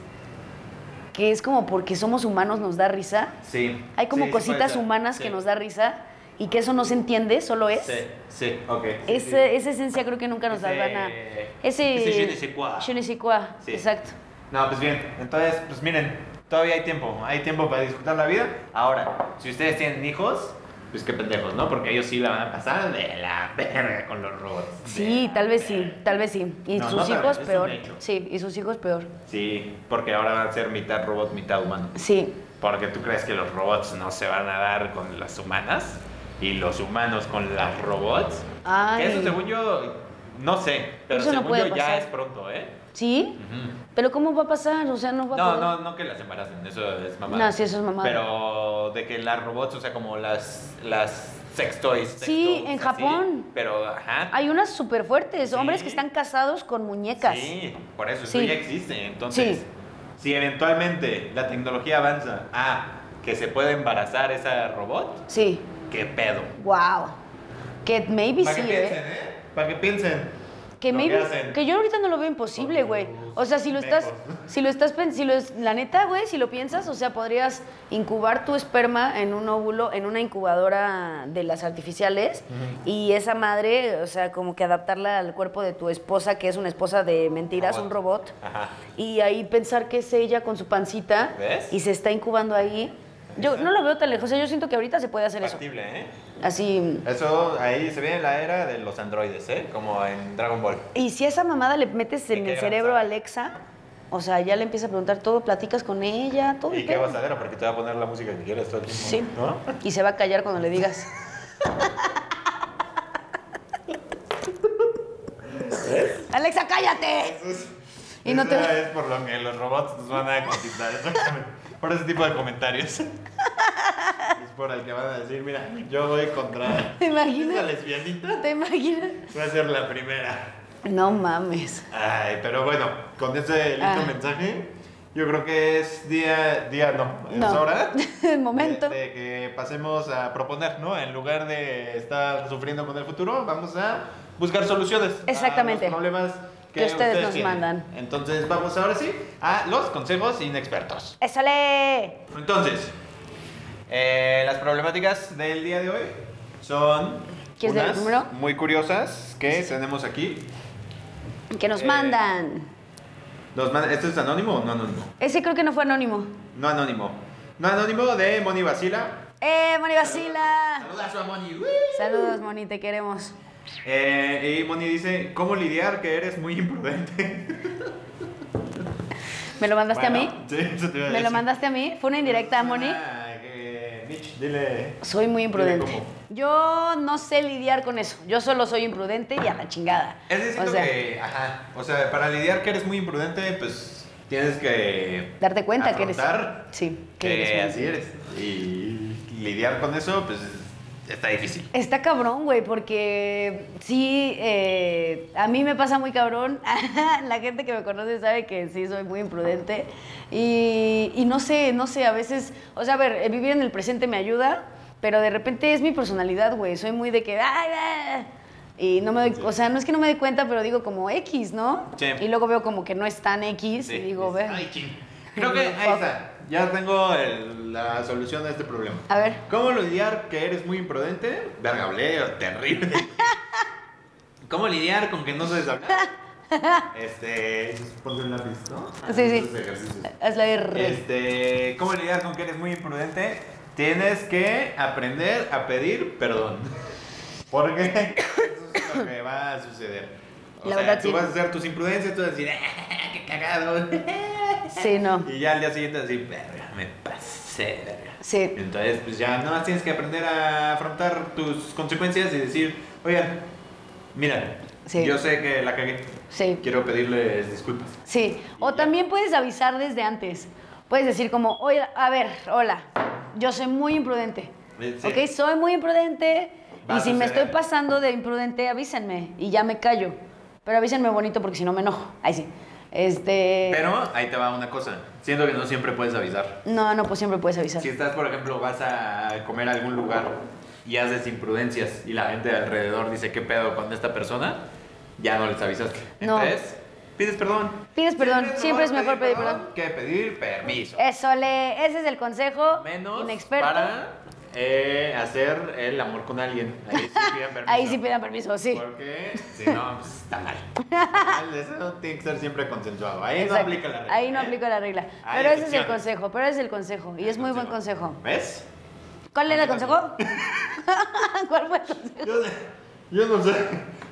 C: que es como porque somos humanos nos da risa.
B: Sí.
C: Hay como
B: sí, sí puede
C: cositas
B: ser.
C: humanas
B: Sí.
C: que nos da risa y que eso no se entiende, solo es.
B: Sí, sí, ok. sí,
C: Ese-
B: sí.
C: Esa esencia creo que nunca nos
B: Ese-
C: la van a... Ese...
B: ese je ne sais quoi.
C: je ne sais quoi,
B: Sí.
C: exacto.
B: No, pues bien, entonces, pues miren, todavía hay tiempo, hay tiempo para disfrutar la vida. Ahora, si ustedes tienen hijos, pues qué pendejos, ¿no? Porque ellos sí la van a pasar de la verga con los robots. de
C: Sí,
B: la
C: tal vez
B: verga.
C: sí, tal vez sí. Y
B: No, no
C: sus
B: tal vez,
C: hijos
B: es un
C: peor.
B: hecho.
C: Sí, y sus hijos peor.
B: Sí, porque ahora van a ser mitad robot, mitad humano.
C: Sí,
B: Porque tú crees que los robots no se van a dar con las humanas y los humanos con las robots.
C: Ay.
B: Que Eso según yo, no sé, pero
C: Eso no
B: según
C: puede
B: yo ya
C: pasar.
B: es pronto, ¿eh?
C: ¿Sí?
B: Ujú.
C: ¿Pero cómo va a pasar? O sea, no va a
B: No,
C: poder.
B: no, no que las embaracen, eso es mamada.
C: No, sí, eso es mamada.
B: Pero de que las robots, o sea, como las, las sex toys. sex
C: Sí,
B: dolls, así,
C: en Japón.
B: Pero, ajá.
C: Hay unas súper fuertes,
B: Sí.
C: hombres que están casados con muñecas.
B: Sí, por eso,
C: Sí.
B: eso ya existe. Entonces,
C: Sí.
B: si eventualmente la tecnología avanza a que se puede embarazar esa robot,
C: Sí.
B: qué pedo.
C: Wow. Que maybe sí, ¿eh?
E: Para que piensen.
C: Que
E: lo que
C: maybe.
E: hacen.
C: Que yo ahorita no lo veo imposible,
E: Con
C: güey.
E: tus
C: O sea, si lo estás.
E: mecos.
C: Si lo estás. pen- Si lo es- la neta, güey, si lo piensas, o sea, podrías incubar tu esperma en un óvulo, en una incubadora de las artificiales. Y esa madre, o sea, como que adaptarla al cuerpo de tu esposa, que es una esposa de mentiras, un robot.
B: Ajá.
C: Y ahí pensar que es ella con su pancita
B: ¿Ves?
C: y se está incubando ahí. Yo no lo veo tan lejos. O sea, yo siento que ahorita se puede hacer eso.
B: Factible, ¿eh?
C: Así.
B: Eso, ahí se viene la era de los androides, ¿eh? Como en Dragon Ball.
C: Y si a esa mamada le metes
B: ¿Y
C: en
B: qué
C: el
B: gran
C: cerebro a
B: sabe?
C: Alexa, o sea, ya le empieza a preguntar todo, platicas con ella, todo. el
B: Y qué
C: pedo.
B: basadera, porque te va a poner la música que quieras todo el tiempo.
C: Sí.
B: ¿no?
C: Y se va a callar cuando le digas. Alexa, cállate. Y no te-
E: Esa es por lo que los robots nos van a conquistar, exactamente. Por ese tipo de comentarios. Es por el que van a decir, mira, yo voy contra
C: ¿Te imaginas?
E: esa lesbianita.
C: ¿Te imaginas?
E: Va a ser la primera.
C: No mames.
E: Ay, pero bueno, con ese lindo
C: Ah.
E: mensaje, yo creo que es día, día no, es
C: No.
E: hora.
C: El momento.
B: Este.
E: De, de que pasemos a proponer, ¿no? En lugar de estar sufriendo con el futuro, vamos a buscar soluciones. a
C: Exactamente.
E: los problemas que,
C: Que ustedes nos
E: tienen.
C: mandan.
E: Entonces, vamos ahora sí a los consejos inexpertos.
C: ¡Eso le!
E: Entonces, eh, las problemáticas del día de hoy son
C: ¿Quieres leer el
E: unas
C: primero?
E: muy curiosas que tenemos aquí.
C: Que nos
E: Eh.
C: mandan.
E: Nos manda- ¿Esto es anónimo o no anónimo?
C: Ese creo que no fue anónimo.
E: No anónimo. No anónimo de Moni Basila.
C: ¡Eh, Moni Basila!
E: Saludazo a Moni.
C: Saludos, Moni, te queremos.
E: Eh, y Moni dice, ¿cómo lidiar que eres muy imprudente?
C: ¿Me lo mandaste a
E: Bueno, eh,
C: mí?
E: Sí, eso te iba a
C: ¿Me lo
E: decir.
C: mandaste a mí? ¿Fue una indirecta a
E: Es
C: Moni?
E: una que- Mitch, dile.
C: Soy muy
E: Dile
C: imprudente.
E: cómo.
C: Yo no sé lidiar con eso. Yo solo soy imprudente y a la chingada.
E: Es decir,
C: O sea,
E: que, ajá, o sea, para lidiar que eres muy imprudente, pues tienes que
C: darte cuenta que eres.
E: afrontar
C: Sí, que
E: que
C: eres muy-
E: así eres. Y lidiar con eso, pues
F: Está difícil.
C: Está cabrón, güey, porque sí, eh, a mí me pasa muy cabrón. La gente que me conoce sabe que sí, soy muy imprudente. Y, y no sé, no sé, a veces, o sea, a ver, eh, vivir en el presente me ayuda, pero de repente es mi personalidad, güey. Soy muy de que... "Ay, ah", Y no me doy, o sea, no es que no me dé cuenta, pero digo como X, ¿no?
F: Sí.
C: Y luego veo como que no es tan X
F: Sí.
C: y digo, ve.
F: Ay, ching. Creo que ahí está.
B: Ya tengo el- la solución a este problema.
C: A ver.
B: ¿Cómo lidiar que eres muy imprudente?
F: Verga, hablé terrible. ¿Cómo lidiar con que no sabes hablar?
B: Este, ponte un lápiz, ¿no?
C: Sí, sí.
B: Esos ejercicios.
C: Haz la R.
F: Este, ¿cómo lidiar con que eres muy imprudente?
B: Tienes que aprender a pedir perdón. Porque eso es lo que va a suceder. O
C: La
B: sea,
C: verdad,
B: tú
C: sí.
B: vas a hacer tus imprudencias, tú vas a decir, "Ah, ¡qué cagado!
C: Sí, no.
B: Y ya al día siguiente vas a decir, verga, me pasé, verga.
C: Sí.
B: Entonces, pues ya nada más tienes que aprender a afrontar tus consecuencias y decir, oigan, mira,
C: Sí.
B: yo sé que la cagué,
C: Sí.
B: quiero pedirles disculpas.
C: Sí, o también puedes avisar desde antes. Puedes decir como, oye, a ver, hola, yo soy muy imprudente.
B: Sí.
C: Ok, soy muy imprudente.
B: Va a
C: y si me
B: suceder.
C: estoy pasando de imprudente, avísenme y ya me callo. Pero avísenme bonito porque si no me enojo. Ahí sí. Este.
B: Pero ahí te va una cosa, siento que no siempre puedes avisar.
C: No, no, pues siempre puedes avisar.
B: Si estás, por ejemplo, vas a comer a algún lugar y haces imprudencias y la gente de alrededor dice, ¿qué pedo con esta persona? Ya no les avisaste.
C: No.
B: Entonces, pides perdón.
C: Pides perdón, siempre es mejor pedir perdón.
B: Que pedir permiso.
C: Eso le, ese es el consejo
B: Menos
C: inexperto.
B: para eh, hacer el amor con alguien. Ahí sí pidan permiso.
C: Ahí sí pidan permiso, sí.
B: Porque si no, pues, está mal. Eso no tiene que ser siempre consensuado. Ahí
C: Exacto.
B: no aplica la regla.
C: Ahí no
B: ¿eh?
C: aplico la regla.
B: Hay
C: Pero ese es el
B: excepciones.
C: consejo, pero ese es el consejo. Y es muy buen consejo.
B: ¿Ves?
C: ¿Cuál era el consejo? ¿Cuál fue el consejo?
B: Yo, yo no sé.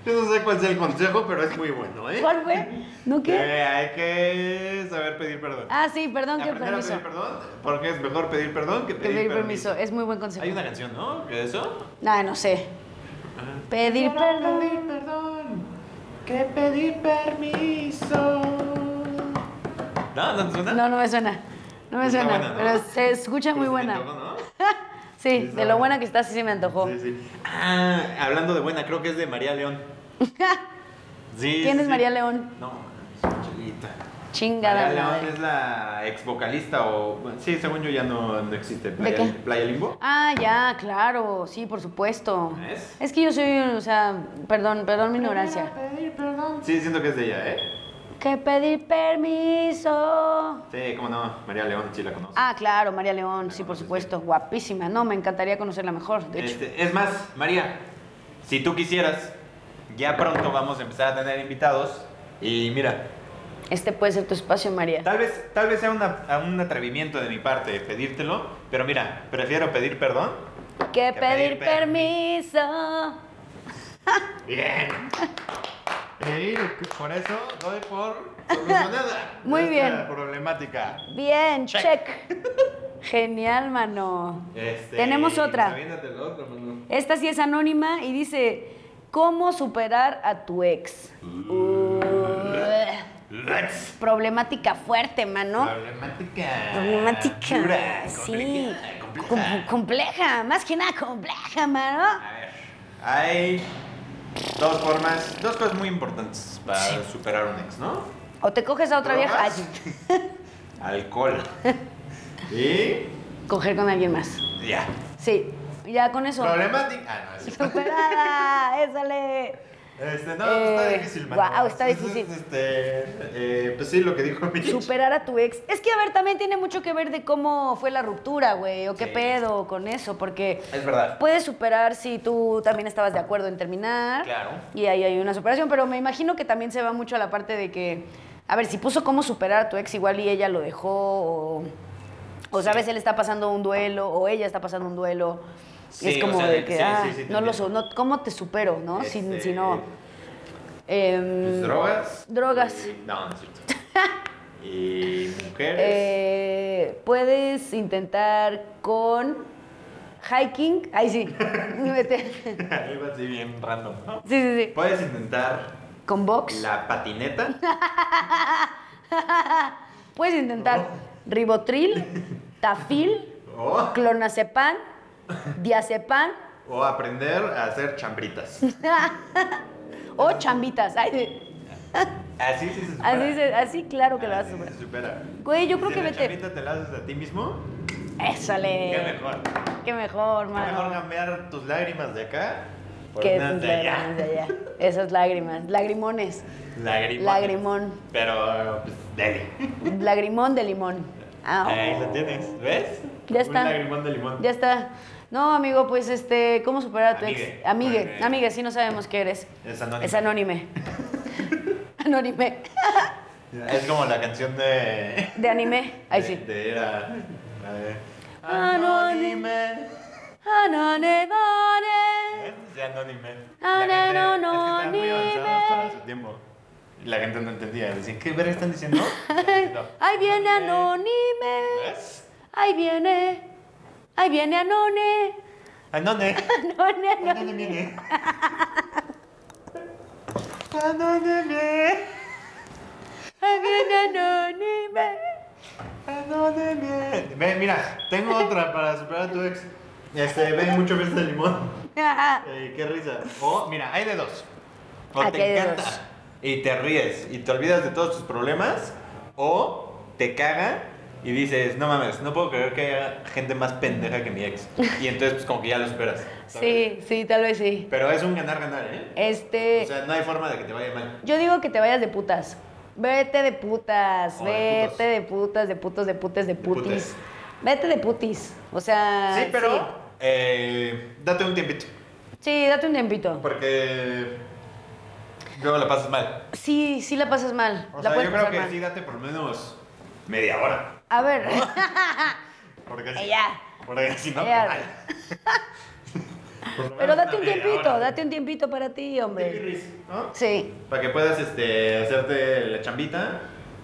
B: Yo no sé cuál es el consejo, pero es muy bueno, ¿eh?
C: ¿Cuál fue? ¿No qué?
B: Que hay que saber pedir perdón.
C: Ah, sí, perdón, que
B: Aprender a
C: permiso.
B: pedir perdón, porque es mejor pedir perdón que
C: Que
B: pedir,
C: pedir
B: permiso.
C: permiso. Es muy buen consejo.
B: Hay una canción, ¿no? ¿Que de eso?
C: Ay, no sé. Pedir
B: Quiero
C: perdón.
B: pedir perdón, que pedir permiso. No, no te suena.
C: No, no me suena. No me
B: Está
C: suena,
B: buena, ¿no?
C: pero se escucha
B: Pero
C: muy
B: sí
C: buena.
B: te tocó, ¿no?
C: Sí,
B: está
C: de lo
B: buena.
C: buena que está, sí se me antojó.
B: Sí, sí. Ah, hablando de buena, creo que es de María León. Sí,
C: ¿Quién
B: sí,
C: es
B: sí.
C: María León?
B: No, mames, chavita.
C: Chingada.
B: María León
C: madre.
B: es la ex vocalista o. bueno, Sí, según yo ya no, no existe. Playa,
C: qué?
B: Playa Limbo.
C: Ah, ya, claro, sí, por supuesto.
B: ¿Ves?
C: Es que yo soy, o sea, perdón, perdón mi ignorancia.
G: Pedir perdón.
B: Sí, siento que es de ella, ¿eh?
C: Que pedir permiso.
B: Sí, cómo no, María León, sí la conozco.
C: Ah, claro, María León, sí, por supuesto, guapísima. No, me encantaría conocerla mejor, de hecho.
B: Este, es más, María, si tú quisieras, ya pronto vamos a empezar a tener invitados. Y mira,
C: Este puede ser tu espacio, María.
B: tal vez, tal vez sea una- a un atrevimiento de mi parte pedírtelo, pero mira, prefiero pedir perdón.
C: Que
B: que pedir
C: pedir permiso.
B: Bien. Pedir, pues, por eso doy por solucionada.
C: Muy
B: esta
C: bien.
B: problemática.
C: Bien, check. Genial, mano.
B: Este,
C: Tenemos otra.
B: aviéntate la otra, mano.
C: Esta sí es anónima y dice, ¿cómo superar a tu ex?
B: Mm.
C: Uh,
B: Let's.
C: problemática fuerte, mano.
B: Problemática.
C: Problemática.
B: Dura,
C: sí.
B: complicada,
C: Com-
B: compleja.
C: Compleja. más que nada compleja, mano.
B: A ver, hay dos formas, dos cosas muy importantes para superar un ex, ¿no?
C: O te coges a otra vieja.
B: ¿Drogas?
C: Ay,
B: Alcohol. y
C: coger con alguien más.
B: ya.
C: Sí, ya con eso.
B: Problemática. Ah, no, es cierto.
C: Superada, ésale.
B: Este, no, está
C: Eh,
B: difícil, mano.
C: guau, está
B: Es- es-
C: difícil.
B: Este, eh, pues sí, lo que dijo mi
C: Superar a tu ex. Es que, a ver, también tiene mucho que ver de cómo fue la ruptura, güey, o qué
B: Sí.
C: pedo con eso, porque
B: Es verdad.
C: puedes superar si tú también estabas de acuerdo en terminar.
B: Claro.
C: Y ahí hay una superación, pero me imagino que también se va mucho a la parte de que, a ver, si puso cómo superar a tu ex, igual y ella lo dejó, o, o, sabes, él está pasando un duelo, o ella está pasando un duelo.
B: Sí,
C: es como
B: o sea,
C: de
B: de-
C: que,
B: sí,
C: ah,
B: sí, sí, te
C: no lo
B: entiendo.
C: so- no- ¿cómo te supero, no? Si-
B: Este,
C: si, no. em,
B: pues, drogas.
C: drogas.
B: y- no, no es cierto. y mujeres.
C: Eh, puedes intentar con hiking. Ahí sí. Vete. sí,
B: Algo así bien random, ¿no?
C: sí, sí.
B: Puedes intentar
C: Con box.
B: la patineta.
C: Puedes intentar ribotril, tafil,
B: Oh.
C: clonazepam, diazepam,
B: o aprender a hacer chambritas.
C: O chambitas. Ay,
B: Así sí se supera.
C: así, se- así claro que lo vas a
B: Así
C: superar.
B: se supera.
C: Güey, yo creo
B: Si
C: que
B: la
C: vete-
B: chambrita te la haces a ti mismo,
C: Échale.
B: qué mejor.
C: Qué mejor,
B: Qué mejor
C: mano.
B: cambiar tus lágrimas de acá por
C: Que
B: unas
C: esas
B: de allá.
C: lágrimas de allá. Esas lágrimas. Lagrimones.
B: Lagrimón.
C: Lagrimón.
B: Pero, pues, dale.
C: Lagrimón de limón. Ah,
B: Ahí lo tienes, ¿ves?
C: Ya está.
B: Un lagrimón de limón.
C: Ya está. No, amigo, pues este, ¿cómo superar a tu
H: Amigue.
C: ex? Amigue,
H: Amigue.
C: amigue, sí no sabemos qué eres.
B: Es anónimo.
C: Es anónime. anónime.
B: Es como la canción de.
C: De anime. Ahí
B: de-
C: sí. Ah,
B: De era. la de-
C: Anónime. Anonimone.
B: ¿Ves? ¿Eh? Ya anónime.
C: Ah,
B: La gente-
C: no,
B: es que
C: no,
B: estaban muy
C: ni
B: avanzados
C: ve.
B: para su tiempo. Y La gente no entendía. Decían, ¿qué verga están diciendo? No.
C: Ahí viene anónime.
B: ¿Ves?
C: Ahí viene. Ahí viene anone.
B: Anone.
C: Anone,
B: Anone
C: anone.
B: viene. Anone viene.
C: Ahí viene anónime.
B: Anone viene. Ve, mira, tengo otra para superar a tu ex. Este, ve mucho veces de limón. Ey, Eh, qué risa. O, mira, hay de dos. O
C: Aquí hay
B: te
C: de
B: encanta
C: dos.
B: y te ríes y te olvidas de todos tus problemas. O te caga y dices, no mames, no puedo creer que haya gente más pendeja que mi ex. Y entonces, pues como que ya lo esperas. ¿sabes?
C: Sí, sí, tal vez sí.
B: Pero es un ganar-ganar, ¿eh?
C: Este.
B: O sea, no hay forma de que te vaya mal.
C: Yo digo que te vayas de putas. Vete de putas,
B: O de
C: vete de putas, de putos, de putes, de
B: putes.
C: putis. Vete de putis. O sea.
B: sí, pero eh, date un tiempito.
C: Sí, Sí, date un tiempito.
B: Porque luego la pasas mal.
C: Sí, sí la pasas mal.
B: O
C: la
B: sea, yo
C: puedes
B: creo
C: pasar
B: que
C: mal.
B: sí, date por lo menos media hora.
C: A ver.
B: Porque
C: Eh,
B: si,
C: ya.
B: porque si no,
C: Ya.
B: te mal. Por lo menos
C: pero date
B: una
C: un
B: media
C: tiempito,
B: hora.
C: date un tiempito para ti, hombre.
B: ¿No?
C: Sí.
B: Para que puedas este, hacerte la chambita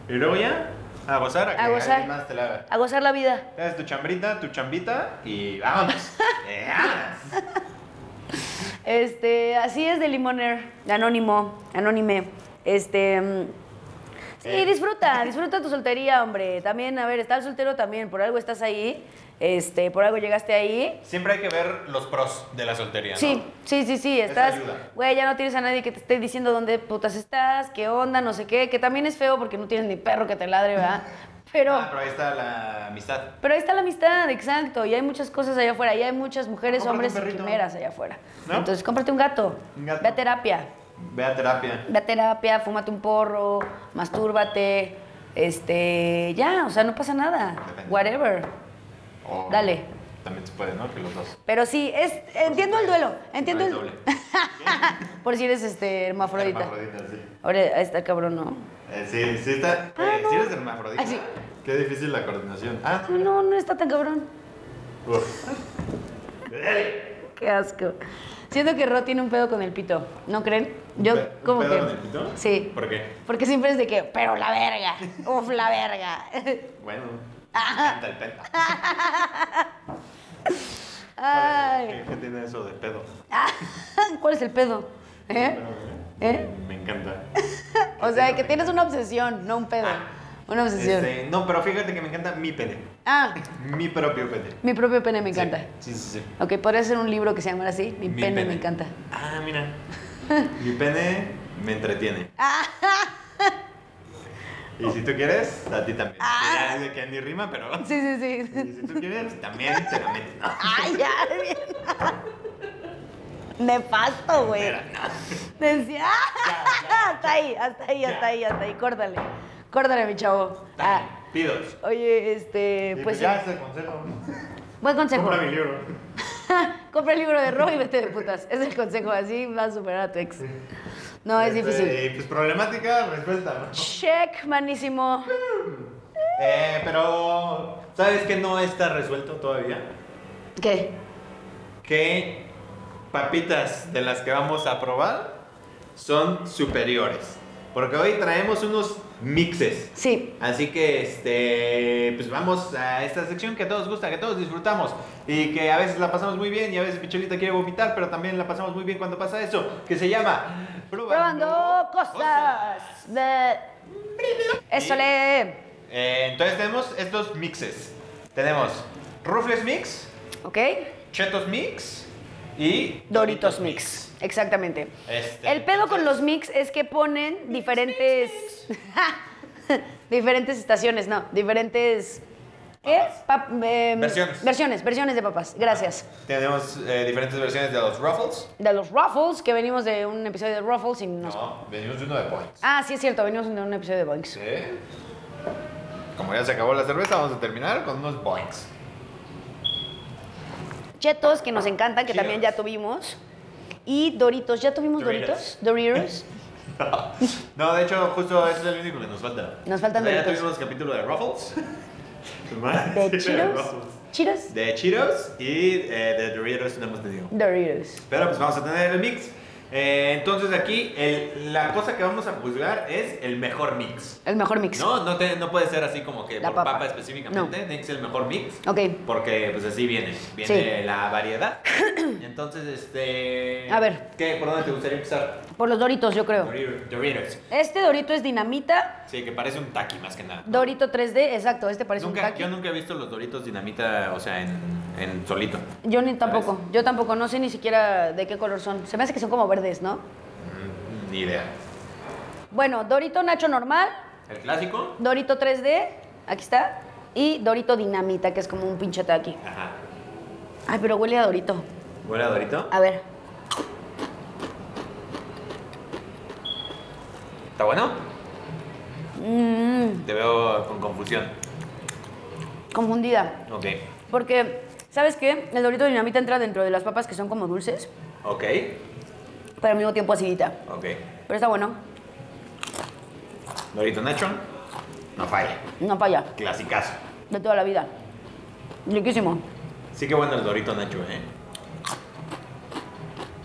B: y luego ya a gozar a que
C: A gozar.
B: alguien más te la haga.
C: A gozar la vida.
B: Te haces tu chambrita, tu chambita y vámonos. Eh, vámonos.
C: Este, así es de Limoner. Anónimo, anónime. Este. mm, Sí,
B: Eh.
C: disfruta, disfruta tu soltería, hombre. También, a ver, estás soltero también, por algo estás ahí, este, por algo llegaste ahí.
B: Siempre hay que ver los pros de la soltería. ¿no?
C: Sí, sí, sí, sí,
B: Eso
C: estás,
B: ayuda.
C: güey, ya no tienes a nadie que te esté diciendo dónde putas estás, qué onda, no sé qué, que también es feo porque no tienes ni perro que te ladre, ¿verdad? Pero,
B: Ah, pero ahí está la amistad.
C: pero ahí está la amistad, exacto, y hay muchas cosas allá afuera, y hay muchas
B: Cómprate
C: mujeres,
B: un
C: hombres y
B: perrito.
C: quimeras allá afuera.
B: ¿No?
C: Entonces, cómprate un gato,
B: Un gato.
C: ve a terapia,
B: Ve a terapia.
C: ve a terapia, fúmate un porro, mastúrbate, este, ya, o sea, no pasa nada,
B: Depende.
C: whatever.
B: O
C: Dale.
B: También se puede, ¿no? Que los dos.
C: Pero sí, es, entiendo el duelo, entiendo
B: el
C: el
B: doble.
C: Por si eres este hermafrodita.
B: Hermafrodita, sí.
C: Ahora está cabrón, ¿no?
B: Eh, sí, sí está.
C: Ah,
B: eh,
C: no.
B: sí eres hermafrodita.
C: Ah, sí.
B: Qué difícil la coordinación. Ah,
C: Ah, No, no está tan cabrón.
B: uf.
C: Qué asco. Siento que Ro tiene un pedo con el pito, ¿no creen? Yo
B: ¿Un pe- un
C: como
B: pedo
C: que
B: con el pito?
C: Sí.
B: ¿Por qué?
C: Porque siempre es de que, pero la verga, uf, la verga.
B: Bueno. Canta el peta.
C: Ay.
B: ¿Qué, qué tiene eso de pedo?
C: ¿Cuál es el pedo? ¿Eh? ¿Eh?
B: Me encanta.
C: O sea, que tienes una obsesión, no un pedo. Una obsesión.
B: Ah, Este, no, pero fíjate que me encanta mi pene.
C: Ah,
B: Mi propio pene.
C: mi propio pene me encanta.
B: Sí, sí, sí. sí.
C: Ok, podría ser un libro que se llamara así. Mi,
B: Mi
C: pene, me
B: pene.
C: encanta.
B: Ah, mira. mi pene me entretiene.
C: Ah.
B: y si tú quieres, a ti también. Ya dice que ni rima, pero.
C: Ah. Sí, Ah, sí, sí.
B: Y si tú quieres, también te la metes. No.
C: ¡Ay, ya! Bien. Nefasto, güey. Decía, ¡ah! Hasta ahí, hasta ahí, hasta ahí, hasta ahí. Córdale. Córdale, mi chavo. Ah,
B: Pidos.
C: oye, este,
B: Y
C: pues.
B: ya es el consejo.
C: Buen consejo.
B: Compra mi libro.
C: Compra el libro de Rob y vete de putas. Es el consejo. Así vas a superar a tu ex. No, es
B: Este,
C: difícil.
B: y, pues problemática, respuesta. ¿no?
C: Check, manísimo.
B: Eh, pero ¿sabes que no está resuelto todavía?
C: ¿Qué?
B: Que papitas de las que vamos a probar son superiores. Porque hoy traemos unos mixes.
C: Sí.
B: Así que este pues vamos a esta sección que a todos gusta, que todos disfrutamos y que a veces la pasamos muy bien y a veces Michelita quiere vomitar, pero también la pasamos muy bien cuando pasa eso, que se llama
C: Probando cosas. De... Eso le.
B: Eh, entonces tenemos estos mixes. Tenemos Rufles Mix,
C: ¿Ok?
B: Chetos Mix Y
C: Doritos Mix. Exactamente.
B: Este,
C: El pedo con los mix es que ponen diferentes. diferentes estaciones, no. Diferentes. ¿Qué?
B: Papas.
C: Pap- em,
B: Versiones.
C: Versiones, versiones de papas. Gracias.
B: Tenemos eh, diferentes versiones de los Ruffles.
C: De los Ruffles, que venimos de un episodio de Ruffles y nos.
B: No, venimos de uno de Points.
C: Ah, sí, es cierto, venimos de un episodio de Boinks.
B: Sí. Como ya se acabó la cerveza, vamos a terminar con unos Boinks.
C: Chetos, que nos encantan, que también ya
B: Cheetos.
C: tuvimos. Y Doritos, ¿ya tuvimos
B: Doritos.
C: Doritos? Doritos.
B: No, de hecho, justo ese es el único que nos falta.
C: Nos faltan
B: O sea, Ya
C: Doritos.
B: tuvimos capítulo de Ruffles.
C: De Cheetos. Cheetos.
B: De Cheetos y eh, de Doritos no hemos tenido.
C: Doritos.
B: Pero pues vamos a tener el mix. Eh, entonces aquí el- la cosa que vamos a juzgar es el mejor mix.
C: El mejor mix.
B: No, no, te- no puede ser así como que
C: La
B: por papa,
C: papa.
B: específicamente, tiene que ser el mejor mix.
C: Ok.
B: Porque pues así viene, viene la variedad. Entonces, este...
C: A ver.
B: ¿Qué? ¿Por dónde te gustaría empezar?
C: Por los Doritos, yo creo.
B: Doritos. Doritos.
C: Este Dorito es dinamita.
B: Sí, que parece un taqui más que nada.
C: Dorito 3D, exacto, este parece
B: Nunca-
C: un taqui.
B: Yo nunca he visto los Doritos dinamita, o sea, en, en solito.
C: Yo
B: Ah,
C: ni tampoco, yo tampoco, no sé ni siquiera de qué color son. Se me hace que son como verdes, ¿no?
B: Mm, Ni idea.
C: Bueno, Dorito Nacho normal,
B: ¿El clásico?
C: Dorito 3D, aquí está, y Dorito Dinamita, que es como un pinche taqui.
B: Ajá.
C: Ay, pero huele a Dorito.
B: ¿Huele a Dorito?
C: A ver,
B: ¿Está bueno?
C: mm,
B: Te veo con confusión.
C: confundida.
B: Ok.
C: Porque, ¿sabes qué? El Dorito Dinamita entra dentro de las papas que son como dulces,
B: Ok.
C: pero al mismo tiempo acidita.
B: Ok.
C: Pero está bueno,
B: Dorito Nacho. No falla.
C: no falla,
B: Clasicazo.
C: de toda la vida. Riquísimo.
B: Sí que bueno el Dorito Nacho, ¿eh?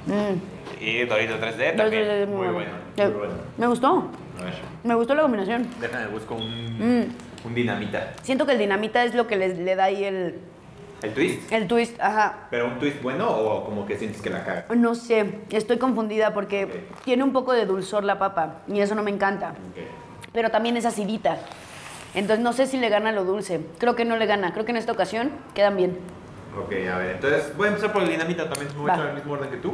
C: Mm.
B: Y Dorito 3D
C: Pero
B: también.
C: sí, sí, sí,
B: muy bueno.
C: Eh,
B: Muy bueno.
C: Me gustó,
B: A ver.
C: me gustó la combinación.
B: Déjame busco un,
C: Mm.
B: un dinamita.
C: Siento que el dinamita es lo que les, le da ahí el,
B: ¿El twist?
C: el twist. Ajá.
B: ¿Pero un twist bueno o como que sientes que la caga?
C: No sé, estoy confundida porque
B: Ok.
C: tiene un poco de dulzor la papa y eso no me encanta. Pero también es acidita. Entonces no sé si le gana lo dulce. Creo que no le gana. Creo que en esta ocasión quedan bien.
B: Ok, a ver, entonces voy a empezar por el dinamita también, me voy a
C: Va.
B: echar el mismo orden que tú.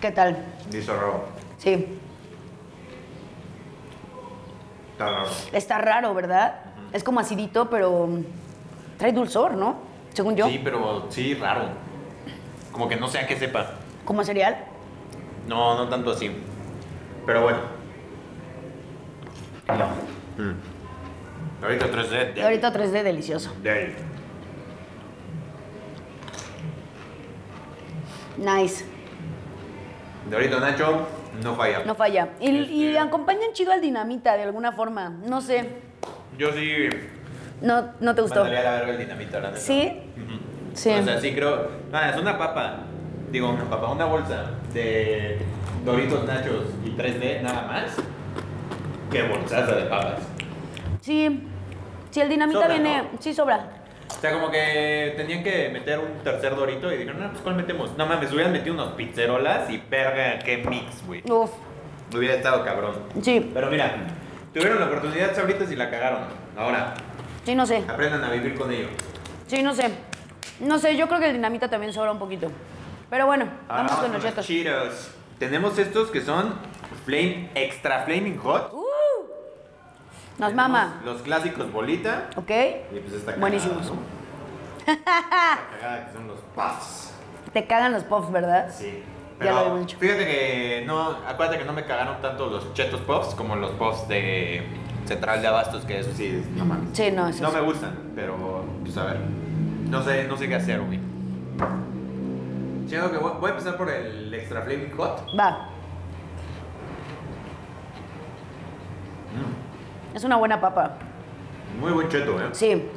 C: ¿Qué tal?
B: Dice raro,
C: Sí.
B: está raro.
C: Está raro, ¿verdad? Es como acidito, pero mm, trae dulzor, ¿no? Según yo.
B: Sí, pero sí, raro. Como que no sea que sepa.
C: Como cereal.
B: No, no tanto así. Pero bueno. No. Ahorita 3D.
C: Y ahorita 3D delicioso.
B: De ahí.
C: Nice.
B: De ahorita Nacho, no falla.
C: No falla. Y, y
B: Este-
C: acompañan chido al dinamita de alguna forma. No sé.
B: Yo sí
C: No, no te gustó.
B: mandaría a la verga el dinamita, la neta.
C: ¿Sí?
B: Ujú.
C: Sí.
B: O sea, sí creo. Ah, es una papa. Digo, una papa, una bolsa de Doritos Nachos y 3D nada más. Qué bolsaza de papas.
C: Sí. Sí, el dinamita
B: Sobra,
C: viene.
B: ¿no?
C: Sí, sobra.
B: O sea, como que tenían que meter un tercer Dorito y dijeron, no, pues ¿cuál metemos? No mames, hubieran metido unos pizzerolas y verga, qué mix, güey.
C: Uf.
B: Hubiera estado cabrón.
C: Sí.
B: Pero mira, tuvieron la oportunidad ahorita si la cagaron. Ahora,
C: Sí, no sé.
B: aprendan a vivir con ello.
C: Sí, no sé. No sé, yo creo que el dinamita también sobra un poquito. Pero bueno,
B: Ahora
C: vamos con los chetos.
B: Cheetos. Tenemos estos que son Flame Extra Flaming Hot.
C: Nos
B: Tenemos
C: Uh, mama.
B: Los clásicos bolita.
C: ¿Ok?
B: Y pues esta cagada,
C: Buenísimos.
B: ¿no? Esta cagada que son los puffs.
C: Te cagan los puffs, ¿verdad?
B: Sí.
C: Ya lo habíamos
B: Pero
C: dicho.
B: fíjate que no, acuérdate que no me cagaron tanto los chetos puffs como los puffs de Central de Abastos, que eso sí, no mames.
C: Sí, no, eso
B: No
C: sí.
B: me gustan, pero pues a ver. No sé, no sé qué hacer, güey. Siento que voy, voy a empezar por el extra flaming hot.
C: Va.
B: Mm.
C: Es una buena papa.
B: Muy buen cheto, eh.
C: Sí.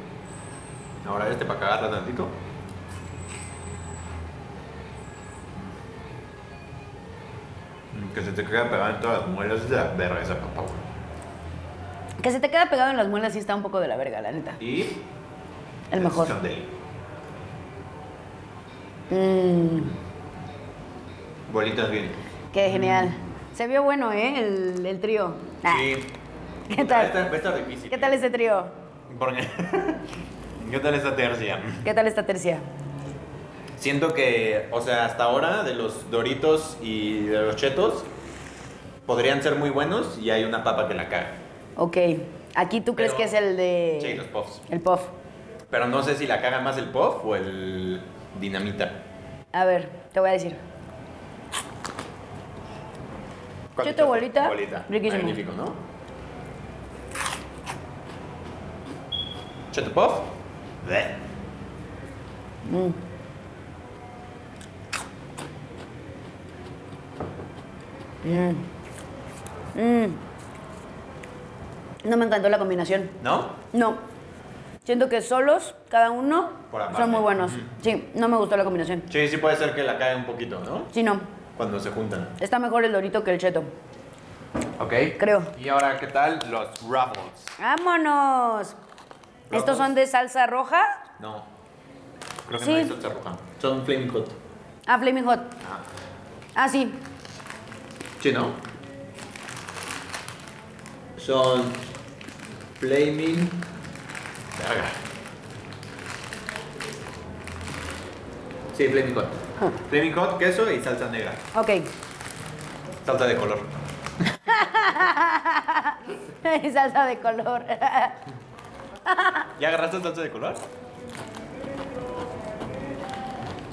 B: Ahora este para cagarla tantito. Mm, Que se te queda pegado en todas las muelas de la verga esa papa, güey.
C: Que se te queda pegado en las muelas sí está un poco de la verga, la neta.
B: Y
C: El mejor.
B: Son deli.
C: Mmm.
B: Bolitas bien.
C: Qué genial. Se vio bueno, ¿eh? El, el trío. Ah,
B: Mm. Sí. Va
C: ¿Qué
B: a
C: tal?
B: estar, va a estar difícil.
C: ¿Qué tal este trío?
B: Porque ¿Qué tal esta tercia?
C: ¿Qué tal esta tercia?
B: Siento que, o sea, hasta ahora de los Doritos y de los Chetos podrían ser muy buenos y hay una papa que la caga.
C: Ok. Aquí tú crees
B: Pero-
C: que es el de.
B: Sí, los Puffs.
C: El puff.
B: Pero no sé si la caga más el Puff o el Dinamita.
C: A ver, te voy a decir.
B: ¿Cuál
C: Cheto
B: picaste?
C: bolita,
B: Bolita.
C: riquísimo.
B: Magnífico, ¿no? Cheto Puff. Bleh.
C: No me encantó la combinación.
B: ¿No?
C: No. Siento que solos, cada uno,
B: Por ¿eh? aparte.
C: son muy buenos. Sí, no me gustó la combinación.
B: Sí, sí puede ser que la cague un poquito, ¿no?
C: Sí, no.
B: Cuando se juntan.
C: Está mejor el dorito que el cheto.
B: Ok.
C: Creo.
B: Y ahora, ¿qué tal? Los Ruffles.
C: ¡Vámonos! Estos son de salsa roja.
B: No. Creo que
C: Sí.
B: no hay salsa roja. Son Flame Hot.
C: Ah, Flaming Hot.
B: Ah.
C: Ah, sí.
B: Sí, ¿no? Son Flaming. Verga. Sí, Flaming Hot. Flaming Hot, queso y salsa negra.
C: Ok.
B: Salsa de color.
C: salsa de color.
B: ¿Ya agarraste salsa de color?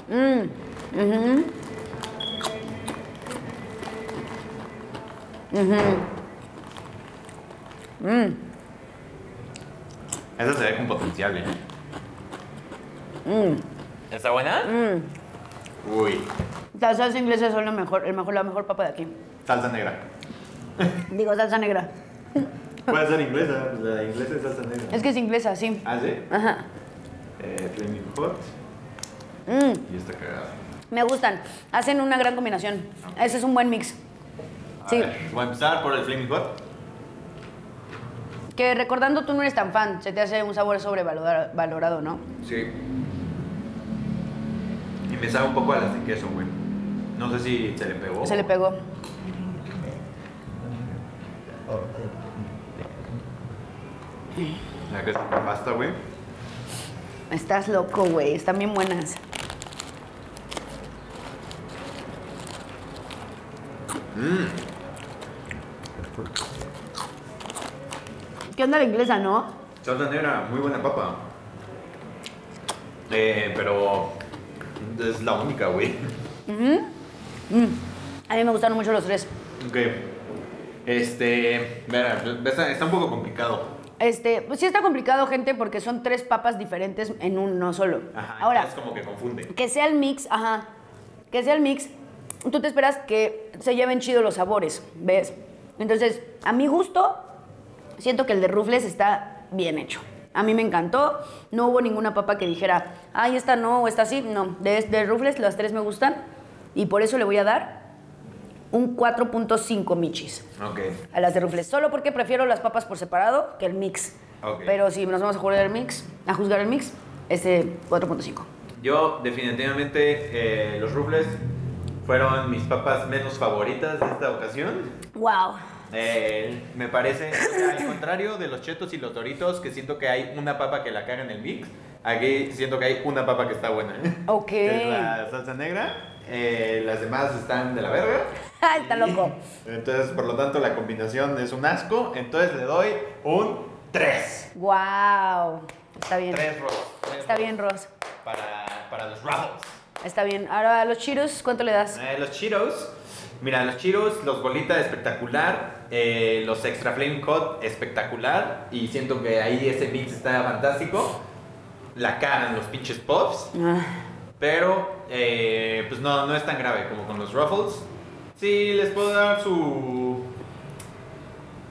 C: Mm, Mm.
B: Esa se ve con potencial, ¿eh?
C: Mm.
B: ¿Está buena? Uy,
C: La salsa inglesa son la mejor, el mejor, la mejor papa de aquí.
B: salsa negra.
C: Digo, salsa negra.
B: Puede ser inglesa, la inglesa es salsa negra.
C: Es que es inglesa, sí.
B: ¿Ah, sí?
C: Ajá.
B: Eh, Flaming Hot. Y está cagada.
C: Mm, Me gustan. Hacen una gran combinación. Ese es un buen mix.
B: A
C: Sí.
B: ver, Voy a empezar por el Flaming Hot.
C: Que recordando tú no eres tan fan, se te hace un sabor sobrevalorado, ¿no?
B: Sí. Y me sabe un poco a las de queso, güey. No sé si se le pegó.
C: Se le pegó.
B: La queso con pasta, güey.
C: Estás loco, güey. Están bien buenas. ¿Qué onda la inglesa, no?
B: Salsa negra, muy buena papa. Eh, pero es la única, güey.
C: A mí me gustaron mucho los tres.
B: Ok. Este, verá, está, está un poco complicado.
C: Este, pues sí está complicado, gente, porque son tres papas diferentes en uno solo.
B: Ajá,
C: Ahora,
B: Es como que confunde.
C: que sea el mix, ajá, que sea el mix, tú te esperas que se lleven chido los sabores, ¿ves? Entonces, a mi gusto, siento que el de Rufles está bien hecho. A mí me encantó, no hubo ninguna papa que dijera, ay, esta no, o esta sí, no. De, de Rufles las tres me gustan y por eso le voy a dar un 4.5 michis
B: Ok.
C: a las de Rufles, solo porque prefiero las papas por separado que el mix.
B: Ok.
C: Pero si nos vamos a juzgar el mix, a juzgar el mix, este 4.5.
B: Yo definitivamente eh, los rufles fueron mis papas menos favoritas de esta ocasión.
C: ¡Wow!
B: Eh, me parece, o sea, al contrario de los chetos y los doritos, que siento que hay una papa que la caga en el mix, aquí siento que hay una papa que está buena.
C: Ok.
B: Que es la salsa negra, eh, las demás están de la verga.
C: Ah, está loco.
B: Entonces, por lo tanto, la combinación es un asco. Entonces le doy un 3.
C: Wow. Está bien.
B: 3 rojos.
C: Está bien, Ross.
B: Para, para los Ruffles.
C: Está bien. Ahora, los chiros, ¿cuánto le das?
B: Eh, los Cheetos. Mira, los Cheetos, los Bolita espectacular, eh, los Extra Flame Hot espectacular y siento que ahí ese mix está fantástico. La cagan los pinches Puffs,
C: Ah,
B: pero eh, pues no, no es tan grave como con los Ruffles. Sí, les puedo dar su...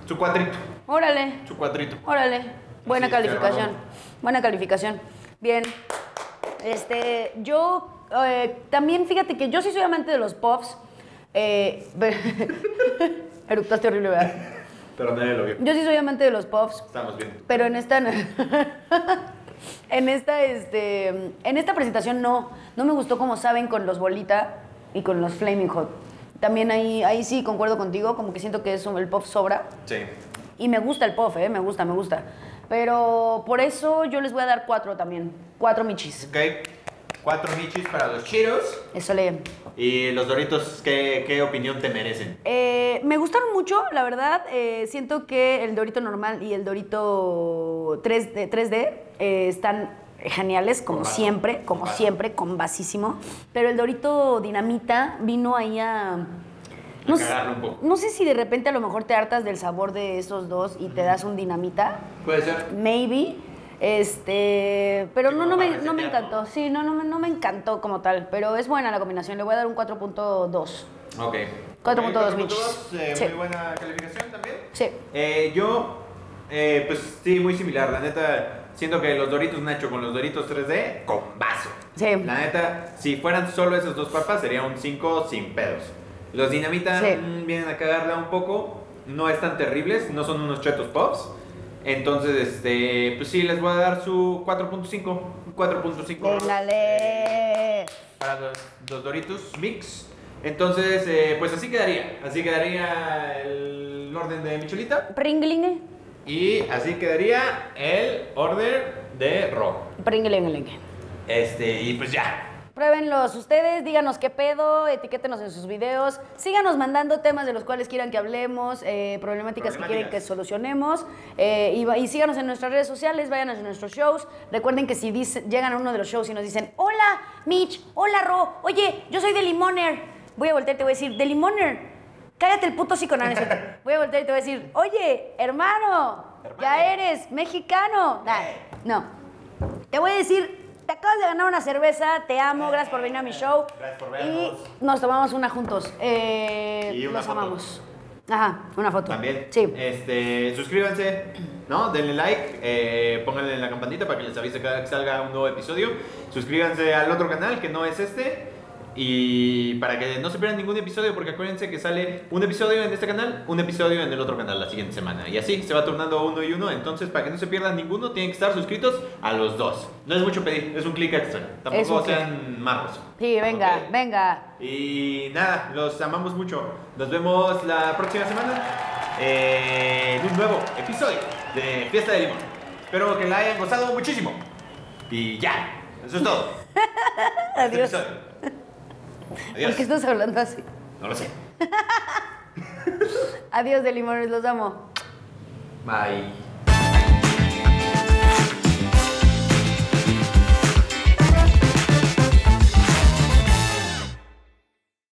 B: su cuadrito,
C: Órale,
B: su cuadrito.
C: órale. Buena
B: Sí,
C: calificación.
B: cerrado.
C: Buena calificación. Bien. Este, yo eh, también, fíjate que yo sí soy amante de los puffs. Eh, eructaste horrible, ¿verdad?
B: Pero nadie lo vio.
C: Yo sí soy amante de los puffs.
B: Estamos bien.
C: Pero en esta en esta este en esta presentación no no me gustó como saben con los bolita y con los flaming hot. También ahí ahí sí concuerdo contigo, como que siento que es un- el pop sobra
B: Sí.
C: y me gusta el pop, eh, me gusta, me gusta. Pero por eso yo les voy a dar cuatro también. Cuatro michis.
B: Ok. Cuatro michis para los chiros.
C: Eso le.
B: Y los doritos, ¿qué, qué opinión te merecen?
C: Eh, me gustaron mucho, la verdad. Eh, siento que el Dorito normal y el Dorito 3D, 3D, eh, están geniales, como
B: Combado.
C: siempre, como
B: Combado.
C: siempre, con basísimo. Pero el Dorito Dinamita vino ahí a...
B: A cagarlo un poco.
C: no sé si de repente a lo mejor te hartas del sabor de esos dos y te das un dinamita,
B: Puede ser.
C: maybe. Este, pero
B: Que
C: no,
B: como
C: no, me,
B: para
C: no me
B: resetear, ¿no?
C: encantó. Sí, no, no, me- no me encantó como tal, pero es buena la combinación. Le voy a dar un 4.2.
B: Ok.
C: 4.2
B: Ok, 4.2,
C: michis.
B: eh,
C: Sí.
B: Muy buena calificación también.
C: Sí.
B: Eh, yo, eh, pues sí, muy similar. La neta, siento que los Doritos Nacho con los Doritos 3D, combazo.
C: Sí.
B: La neta, si fueran solo esas dos papas, sería un 5 sin pedos. Los dinamita
C: Sí.
B: mm, vienen a cagarla un poco. No están terribles, no son unos chetos pops. Entonces, este, pues sí, les voy a dar su 4.5. 4.5.
C: Véngale.
B: para los, los Doritos Mix. Entonces, eh, pues así quedaría. Así quedaría el orden de Michelita.
C: Pringlingue.
B: Y así quedaría el order de Ro.
C: Pringlingue.
B: Este, y pues ya.
C: Pruébenlos ustedes, díganos qué pedo, etiquétenos en sus videos, síganos mandando temas de los cuales quieran que hablemos, eh, problemáticas, que quieren que
B: Problemáticas.
C: solucionemos eh, y, va- y síganos en nuestras redes sociales, vayan a nuestros shows, recuerden que si dice- llegan a uno de los shows y nos dicen, hola Mitch, hola Ro, oye, yo soy de Limoner, voy a voltear y te voy a decir, de Limoner, cállate el puto psico, no, no es cierto. voy a voltear y te voy a decir, oye, hermano, ya eres mexicano, Nah, no. Te voy a decir, te acabas de ganar una cerveza, te amo, gracias por venir a mi show.
B: Eh, Gracias por vernos.
C: Y nos tomamos una juntos. Eh,
B: Y una
C: los
B: foto.
C: amamos. Ajá, una foto.
B: También.
C: Sí.
B: Este, suscríbanse, ¿no? Denle like, eh, pónganle la campanita para que les avise cada que salga un nuevo episodio. Suscríbanse al otro canal que no es este. Y para que no se pierdan ningún episodio, porque acuérdense que sale un episodio en este canal, un episodio en el otro canal la siguiente semana. Y así se va turnando uno y uno. Entonces, para que no se pierdan ninguno, tienen que estar suscritos a los dos. No es mucho pedir, es un clic extra.
C: Es un
B: Tampoco
C: clic.
B: sean marros.
C: Sí, venga,
B: Ok.
C: venga.
B: Y nada, los amamos mucho. Nos vemos la próxima semana eh, en un nuevo episodio de Fiesta de Limón. Espero que la hayan gozado muchísimo. Y ya, eso es todo. Este
C: Adiós.
B: episodio.
C: ¿Por qué
B: Adiós.
C: estás hablando así?
B: No lo sé.
C: Adiós de limones, los amo.
B: Bye.